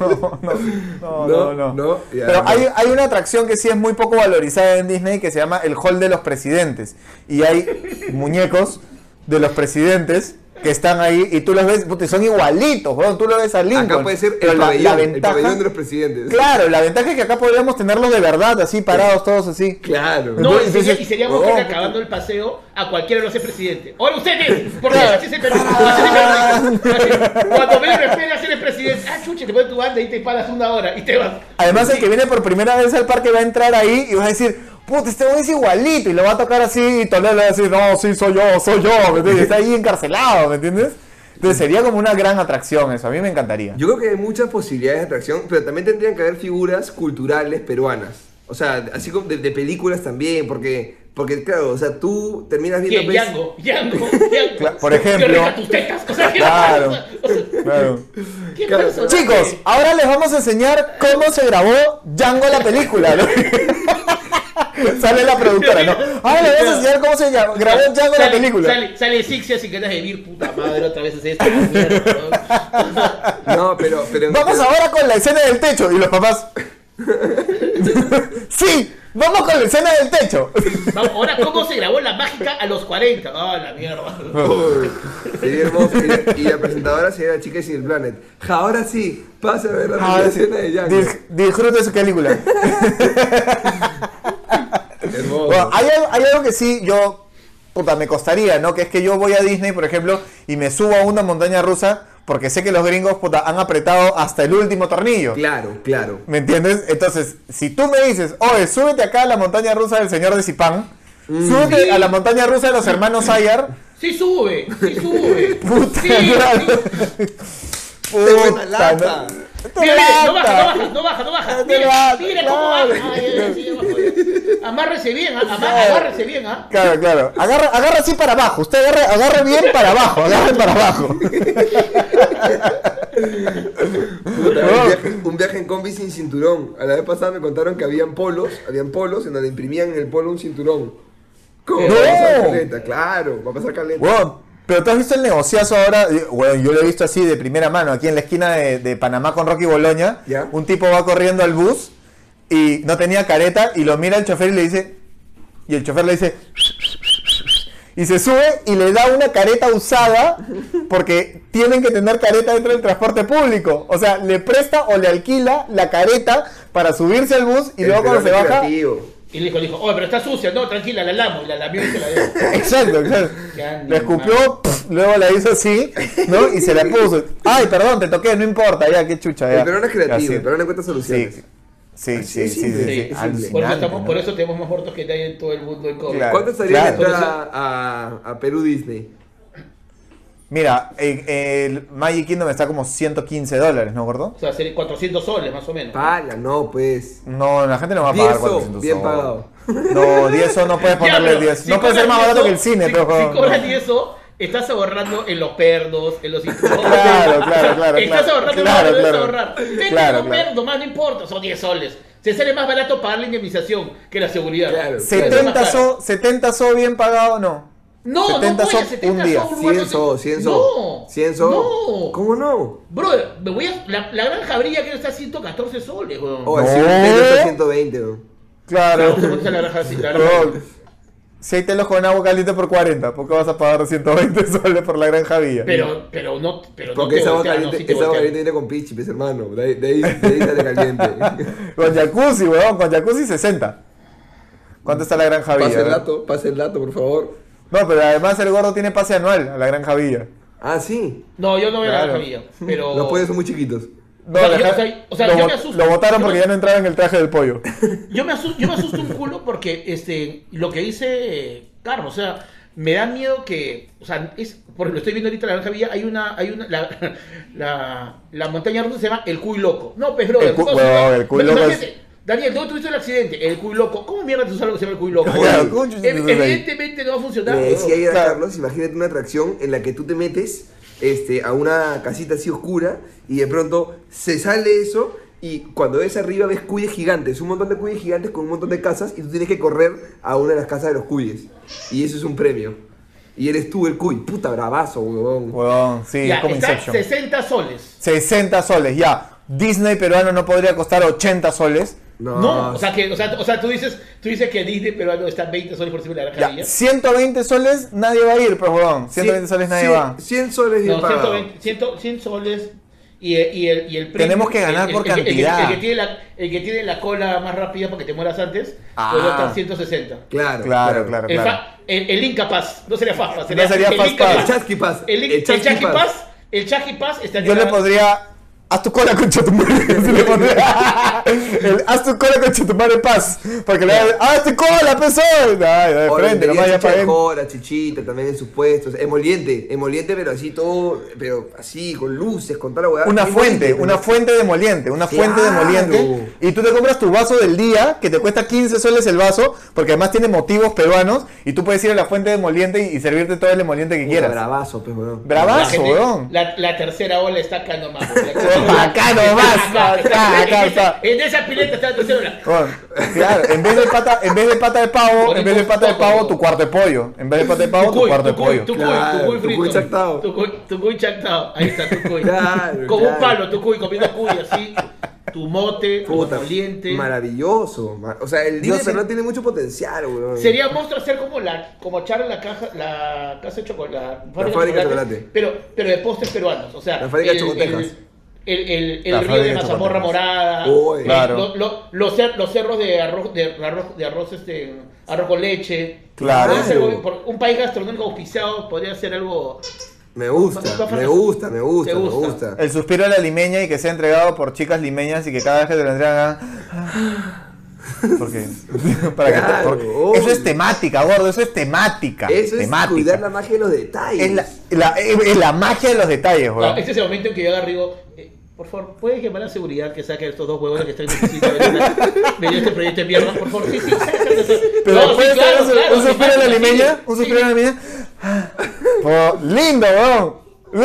D: no, no,
B: No,
D: no, no.
B: no, ya,
D: Pero
B: no.
D: hay, hay una atracción que sí es muy poco valorizada en Disney que se llama el Hall de los Presidentes. Y hay muñecos de los presidentes que están ahí y tú los ves, puta, y son igualitos, weón, tú lo ves a Lincoln.
B: Acá puede ser
D: Pero
B: el
D: la- la
B: pabellón, el
D: ventaja-
B: pabellón de los presidentes.
D: Claro, la ventaja es que acá podríamos tenerlos de verdad, así parados todos así.
B: Claro.
E: No,
D: Entonces, "Oh,
E: y sería- y seríamos
D: huevón,
E: que acabando el paseo a cualquiera de los presidentes. ¡Hola ustedes! ¿Por qué así se permite? Cuando menos lo esperas, eres presidente. Ah, chuche, te pones tu banda y te paras una hora y te vas.
D: Además, el que viene por primera vez al parque va a entrar ahí y va a decir, puta, este güey es igualito. Y lo va a tocar así y Toledo le va a decir, no, sí, soy yo, soy yo. ¿me entiendes? Está ahí encarcelado, ¿me entiendes? Entonces sería como una gran atracción eso. A mí me encantaría.
B: Yo creo que hay muchas posibilidades de atracción, pero también tendrían que haber figuras culturales peruanas. O sea, así como de, de películas también, porque, porque claro, o sea, tú terminas viendo...
E: ¿Quién?
B: pues,
E: Yango, Yango,
D: Cla-
E: Yango.
D: por ejemplo.
E: Qué rica tus tetas. O sea, qué
D: Claro.
E: pasa? O sea,
D: Claro.
E: ¿qué
B: Claro.
E: pasa?
D: Chicos, ahora les vamos a enseñar cómo se grabó Django la película. ¿no? Sale la productora, ¿no? Ahora les vamos a enseñar cómo se llama- grabó Django la
E: Sale-
D: película.
E: Sale, sale Sixia sin ganas de vivir, puta madre, otra vez hace esto. mierda, ¿no?
B: No, pero... pero
D: Vamos ahora con la escena del techo. Y los papás. sí, vamos con la escena del techo.
E: Vamos, ahora, ¿cómo se grabó la mágica a los 40? Ah, la mierda.
B: Uy, sería hermoso. Y la, y la presentadora sería la chica de Sin Planet. Ja, Ahora sí, pasa a ver la
D: Ahora sí,
B: escena de Django.
D: dis- disfruta su película.
B: Hermoso.
D: Bueno, ah. hay, al- hay algo que sí yo, puta, me costaría, ¿no? Que es que yo voy a Disney, por ejemplo, y me subo a una montaña rusa porque sé que los gringos, puta, han apretado hasta el último tornillo.
B: Claro, claro.
D: ¿Me entiendes? Entonces, si tú me dices, oye, súbete acá a la montaña rusa del señor de Zipán, súbete a la montaña rusa de los hermanos Ayar,
E: Sí sube, sí sube.
D: Puta,
E: sí,
D: claro.
E: sí.
B: buena
D: Puta,
B: lata.
D: Te
E: Mira, mira, no
D: lata.
E: baja, no baja, no baja, no baja.
D: Te
E: Mira,
D: lata,
E: mira cómo
D: claro.
E: baja. Ay, ay, ay, sí, bajo, ya. Amárrese bien, ah, ama- amárrese bien, ¿ah?
D: Claro, claro. Agarra, agarra así para abajo. Usted agarre, agarre bien para abajo. Agarre para abajo.
B: Puta,
D: No.
B: un, viaje, un viaje en combi sin cinturón. A la vez pasada me contaron que habían polos, habían polos en donde imprimían en el polo un cinturón. ¿Cómo?
E: ¡No!
B: Va a pasar caleta, claro, va a pasar caleta.
D: Weón, pero tú has visto el negociazo ahora. Eh, Weón, yo lo he visto así de primera mano. Aquí en la esquina de, de Panamá con Rocky Boloña.
B: Ya.
D: Un tipo va corriendo al bus y no tenía careta. Y lo mira el chofer y le dice. Y el chofer le dice. Y se sube y le da una careta usada porque tienen que tener careta dentro del transporte público. O sea, le presta o le alquila la careta para subirse al bus y
B: El
D: luego cuando se
B: peruano
D: baja,
B: creativo.
E: Y le dijo, le dijo, oye, pero está sucia, no, tranquila, la lamo, y la lamió y se la dio.
D: Exacto, claro.
E: Qué
D: La
E: animal.
D: escupió, pf, luego la hizo así, ¿no? Y se la puso. Ay, perdón, te toqué, no importa, ya, qué chucha, ya.
B: El peruano es creativo,
D: Así.
B: el peruano encuentra soluciones.
D: Sí, sí,
B: Así
D: sí,
B: es
D: sí, sí,
B: simple,
D: sí,
E: es
B: simple.
E: Por eso,
D: alucinante,
E: estamos,
D: ¿no?
E: por eso tenemos más muertos que hay en todo el mundo en COVID.
D: Claro.
B: ¿Cuánto estaría la
D: claro.
B: entrada a, a Perú Disney?
D: Mira, el, el Magic Kingdom está como 115 dólares, ¿no, gordo?
E: O sea, sería 400 soles más o menos.
B: Pala, no, pues.
D: No, la gente no va a
B: 10
D: pagar
B: so,
D: 400
B: bien
D: so.
B: pagado.
D: No, 10 so no puedes
E: Ya,
D: ponerle
E: pero
D: 10.
E: si
D: No puede
E: cobras
D: ser más barato
E: eso,
D: que el cine,
E: si,
D: pero.
E: Si
D: no.
E: cobras y eso, estás ahorrando en los pernos, en los cinturones.
D: Claro, claro, claro,
E: Estás
D: claro.
E: ahorrando
D: Claro,
E: más,
D: claro.
E: ahorrar. Vete
D: Claro,
E: con un
D: claro.
E: perno, más no importa, son 10 soles. Se sale más barato pagar la indemnización que la seguridad.
B: Claro.
E: Se sale
D: 70
E: más caro.
D: so, 70 so bien pagado, no.
E: No,
D: 70
E: no voy a
D: so
E: 70
D: un día,
E: so, un lugar
B: 100 so,
E: donde-
B: 100 so.
E: No.
B: 100 so.
E: No.
B: ¿Cómo no?
E: Bro, me voy a. La, la granja brilla que está a 114 soles, weón.
B: Oh, el
D: No.
B: 120 está 120, bro.
D: Claro.
E: Te pones a la raja así,
D: Oh,
E: la raja.
D: Huevón, Si hay telos con agua caliente por 40, ¿por qué vas a pagar 120 soles por la granja vía?
E: Pero, pero no, pero no
B: Porque
E: te
B: esa agua
E: voltean, no,
B: caliente,
E: sí te
B: esa agua
E: voltean.
B: caliente viene con pichi, pues, hermano. De ahí, de ahí, de ahí sale caliente.
D: Con jacuzzi, weón, con jacuzzi 60. ¿Cuánto está la granja
B: Pase
D: vía? eh?
B: el dato, pase el dato, por favor.
D: No, pero además el gordo tiene pase anual a la granja villa.
B: Ah, sí.
E: No, yo no veo
D: Claro.
E: la raja mía, pero...
B: Los pollos son muy chiquitos.
D: No,
E: No,
D: la
E: yo-
D: ja-
E: o sea- o sea,
D: lo,
E: yo me
D: bot-
E: asusto.
D: lo votaron
E: Yo
D: porque
E: me-
D: ya no entraba en el traje del pollo.
E: Yo me, asusto, yo me asusto un culo porque este, lo que dice eh, Carlos, o sea, me da miedo que, o sea, es, porque lo estoy viendo ahorita en la Granja Villa, hay una, hay una, la, la, la montaña rusa se llama El Cuy Loco. No, pues, brother,
D: El cu-
E: ¿cómo se llama?
D: huevón, el Cuy Loco
E: imagínate,
D: es-
E: Daniel, ¿dónde tuviste el accidente? El Cuy Loco. ¿Cómo mierda te usas algo que se llama El Cuy Loco?
D: Claro,
E: Ev-
D: ¿cómo chuchas es ahí?
E: Evidentemente no va a funcionar.
B: Le decía
E: huevón.
B: ayer a
D: Claro.
B: Carlos, imagínate una atracción en la que tú te metes este, a una casita así oscura y de pronto se sale eso y cuando ves arriba ves cuyes gigantes, un montón de cuyes gigantes con un montón de casas y tú tienes que correr a una de las casas de los cuyes. Y eso es un premio. Y eres tú el cuy, puta bravazo, huevón.
D: Weón, sí,
E: Ya,
D: es como
E: está
D: Inception.
E: 60 soles.
D: 60 soles, ya. Disney peruano no podría costar 80 soles.
E: No, o sea, que, o sea, o sea, tú dices, tú dices que Disney peruano está 20 soles por encima de la Granja
D: Ya,
E: Villa.
D: 120 soles nadie va a ir, pues, weón. 120 soles nadie va.
B: 100 soles bien
E: No,
B: pagado.
E: 120, 100, 100 soles y, el- y el, y el premio-
D: Tenemos que ganar
E: el- el-
D: por
E: el que- el que-
D: cantidad.
E: El que, tiene la, el que tiene la cola más rápida para que te mueras antes,
D: Ah.
E: puede estar 160.
B: Claro,
D: Claro, claro,
E: El,
D: claro.
E: fa- el, el incapaz, no sería Fafa, sería,
D: No sería
E: el
D: Fast
E: incapaz.
B: El Chasqui Pass.
E: El, in- el
B: Chasqui
E: Chasqui
B: Pass.
E: Pass, el Chasqui Pass está
D: Yo le podría. Haz tu cola con Chetumare. le pondría. El, haz tu cola con Chetumare Paz. Porque le voy a- ¡Haz tu cola, peso! Ay, de
B: Ahora,
D: frente, nomás
B: tenía
D: ya
B: chicha de
D: pagué.
B: cola, chichita también en sus puestos. Emoliente, emoliente, pero así todo, pero así, con luces, con tal la huevada.
D: Una
B: Bien
D: fuente,
B: bonito,
D: una
B: ¿no?
D: fuente demoliente, una fuente
B: Claro.
D: demoliente. Y tú te compras tu vaso del día, que te cuesta 15 soles el vaso, porque además tiene motivos peruanos, y tú puedes ir a la fuente demoliente y, y servirte todo el demoliente que
B: Puta,
D: quieras.
B: Bravazo, pues, weón.
E: la,
D: Bravazo,
E: gente-
D: weón.
E: la, la tercera ola está acá nomás. La
D: Weón, acá nomás, acá, acá está.
E: en, esa, en esa pileta está la tercera ola.
D: Bueno, claro, en vez de pata, en vez de pata de pavo, en vez de pata de pavo, tu cuarto de pollo. En vez de pata de pavo, tu
E: Tucuy,
D: cuarto de
E: tucuy,
D: pollo.
E: tucuy,
B: Claro,
E: tucuy frito.
B: tucuy chactao.
E: Tucuy, tucuy chactao. Ahí está tucuy.
B: Claro,
E: Con
B: claro.
E: un palo tucuy, comiendo cuy así. Tu mote, tu
B: Puta,
E: moliente.
B: Maravilloso. ma- O sea, el Dino
D: sé-
B: Fernández tiene mucho potencial, weón.
E: Sería monstruo hacer como la como echar en la caja la casa de chocolate, la fábrica,
B: fábrica de
E: chocolates,
B: chocolate.
E: Pero pero de postres peruanos, o sea,
B: La fábrica de chocotecas.
E: el, el, el, el
D: La
E: río
D: fábrica
E: de
D: de
E: mazamorra
D: chocotecas.
E: morada,
B: Uy.
E: eh,
D: Claro.
E: lo- lo- los, cer- los cerros de arroz de arroz de arroz este arroz con leche.
D: Claro.
E: Podría ser algo- por- un país gastronómico auspiciado podría ser algo
B: Me gusta, me gusta, me gusta,
E: Te
B: me
E: gusta.
B: gusta.
D: El suspiro de la limeña y que sea entregado por chicas limeñas y que cada vez que te lo entregan hagan- Porque, para que te-
B: Claro,
D: porque-
B: obvio.
D: eso es temática, gordo, eso es temática.
B: Eso es
D: temática.
B: cuidar la magia de los detalles.
D: Es la, la- es la magia de los detalles,
E: No,
D: weón.
E: este es el momento en que yo agarro eh, por favor, ¿puedes llamar a seguridad que saque a estos dos huevos que están en Me dio este proyecto de mierda, por favor. Sí, sí, sácalo, sácalo.
D: Pero
E: No,
D: después
E: sí,
D: de
E: claro,
D: hacer
E: claro,
D: un suspiro de la
E: sí,
D: limeña,
E: sí,
D: un
E: sí.
D: suspiro de la limeña. Po- lindo, weón.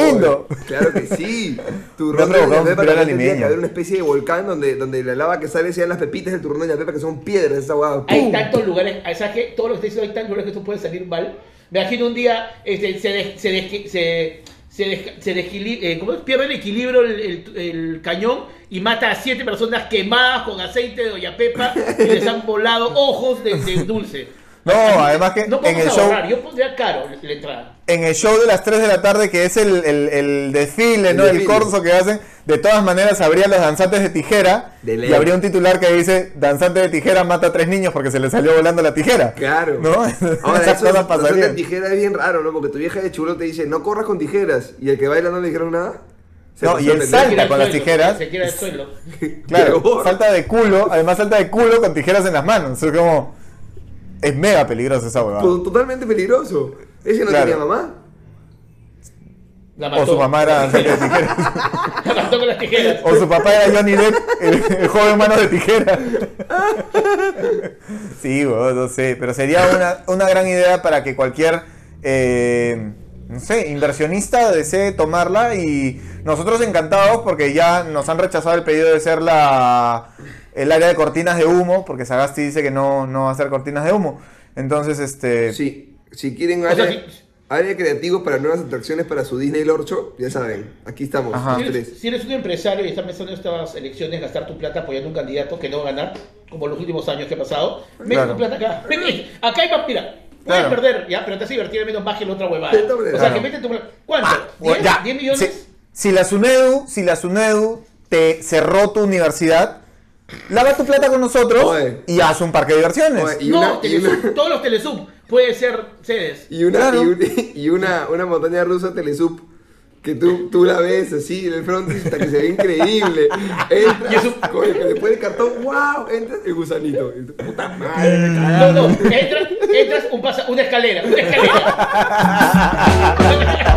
D: Lindo.
B: Uy, Claro que sí.
D: No
B: Turrón de
D: provocamos
B: Doña Pepa
D: un pirata
B: también tendría que
D: limeño.
B: haber una especie de volcán donde, donde la lava que sale sean las pepitas del turrón de Doña Pepa que son piedras esa huevada.
E: Hay
B: ¡Pum!
E: tantos lugares, o sea, que todo lo que estoy diciendo, hay tantos lugares que tú puedes salir mal. Me imagino un día, este, se, des- se, desqui- se, se, des- se desquili- eh, ¿cómo es? pierde el equilibrio el, el- el cañón y mata a siete personas quemadas con aceite de Doña Pepa y les han volado ojos de, de dulce.
D: No, además que
E: No
D: en
E: podemos
D: el show.
E: ahorrar, yo pondría caro la- la entrada.
D: en el show de las 3 de la tarde, que es el, el- el desfile,
B: El
D: ¿no? El
B: desfile.
D: corso que hacen, de todas maneras habría los danzantes de tijera
B: De ley.
D: y habría un titular que dice, danzante de tijera mata a tres niños porque se le salió volando la tijera.
B: Claro.
D: ¿No?
B: Ahora,
D: Esas
B: eso
D: cosas
B: eso de
D: pasarían.
B: tijera es bien raro, ¿no? Porque tu vieja de chulo te dice, no corras con tijeras. Y el que baila no le dijeron nada.
D: No,
B: pasó
D: y el
B: pendejo.
D: Salta
E: Se quiere el
D: con las
E: suelo,
D: tijeras.
E: Se quiere el suelo.
D: Claro,
B: Peor.
D: salta de culo, además salta de culo con tijeras en las manos. Es como... Es mega peligroso esa huevada.
B: Pues, Totalmente peligroso. Ese no
D: Claro.
B: tenía mamá.
E: La mató.
D: O su mamá era danzante de tijera.
E: La mató con las tijeras.
D: O su papá era Johnny Depp, el, el joven mano de tijera. Sí, weón, no sé. Pero sería una, una gran idea para que cualquier, eh, no sé, inversionista desee tomarla. Y nosotros encantados porque ya nos han rechazado el pedido de ser la, el área de cortinas de humo, porque Sagasti dice que no, no va a ser cortinas de humo. Entonces, este...
B: Sí. Si quieren
E: O sea,
B: área,
E: si-
B: Área creativo para nuevas atracciones para su Disney Lorcho. Ya saben, aquí estamos,
D: Ajá.
B: los
E: Si eres,
B: tres.
E: si eres un empresario y estás pensando en estas elecciones, gastar tu plata apoyando a un candidato que no va a ganar, como los últimos años que ha pasado, mete
D: Claro.
E: tu plata acá. Mete- acá hay más, mira, puedes
D: Claro.
E: perder, ya, pero te has divertido menos más que la otra huevada.
B: Del doble,
E: O sea,
D: claro.
E: que mete tu plata. ¿Cuánto?
D: O-
E: ¿10,
D: Ah, ya.
E: ¿10 millones?
D: Si, si la SUNEDU, si la SUNEDU te cerró tu universidad, lava tu plata con nosotros
B: Oye.
D: y haz un parque de diversiones.
B: Oye, y
E: no,
B: una, y
E: Telesub,
B: una,
E: todos los Telesub puede ser sedes.
B: y una,
D: Claro.
B: y un- y una, una montaña rusa Telesub. Que tú, tú la ves así en el frontis hasta que se ve increíble. Entras,
E: Y es un-
B: con el- después del cartón, wow, entras el gusanito. Y tú, Puta madre, me
E: No,
B: cagaron.
E: no, entras, entras un pasa, una escalera, una escalera.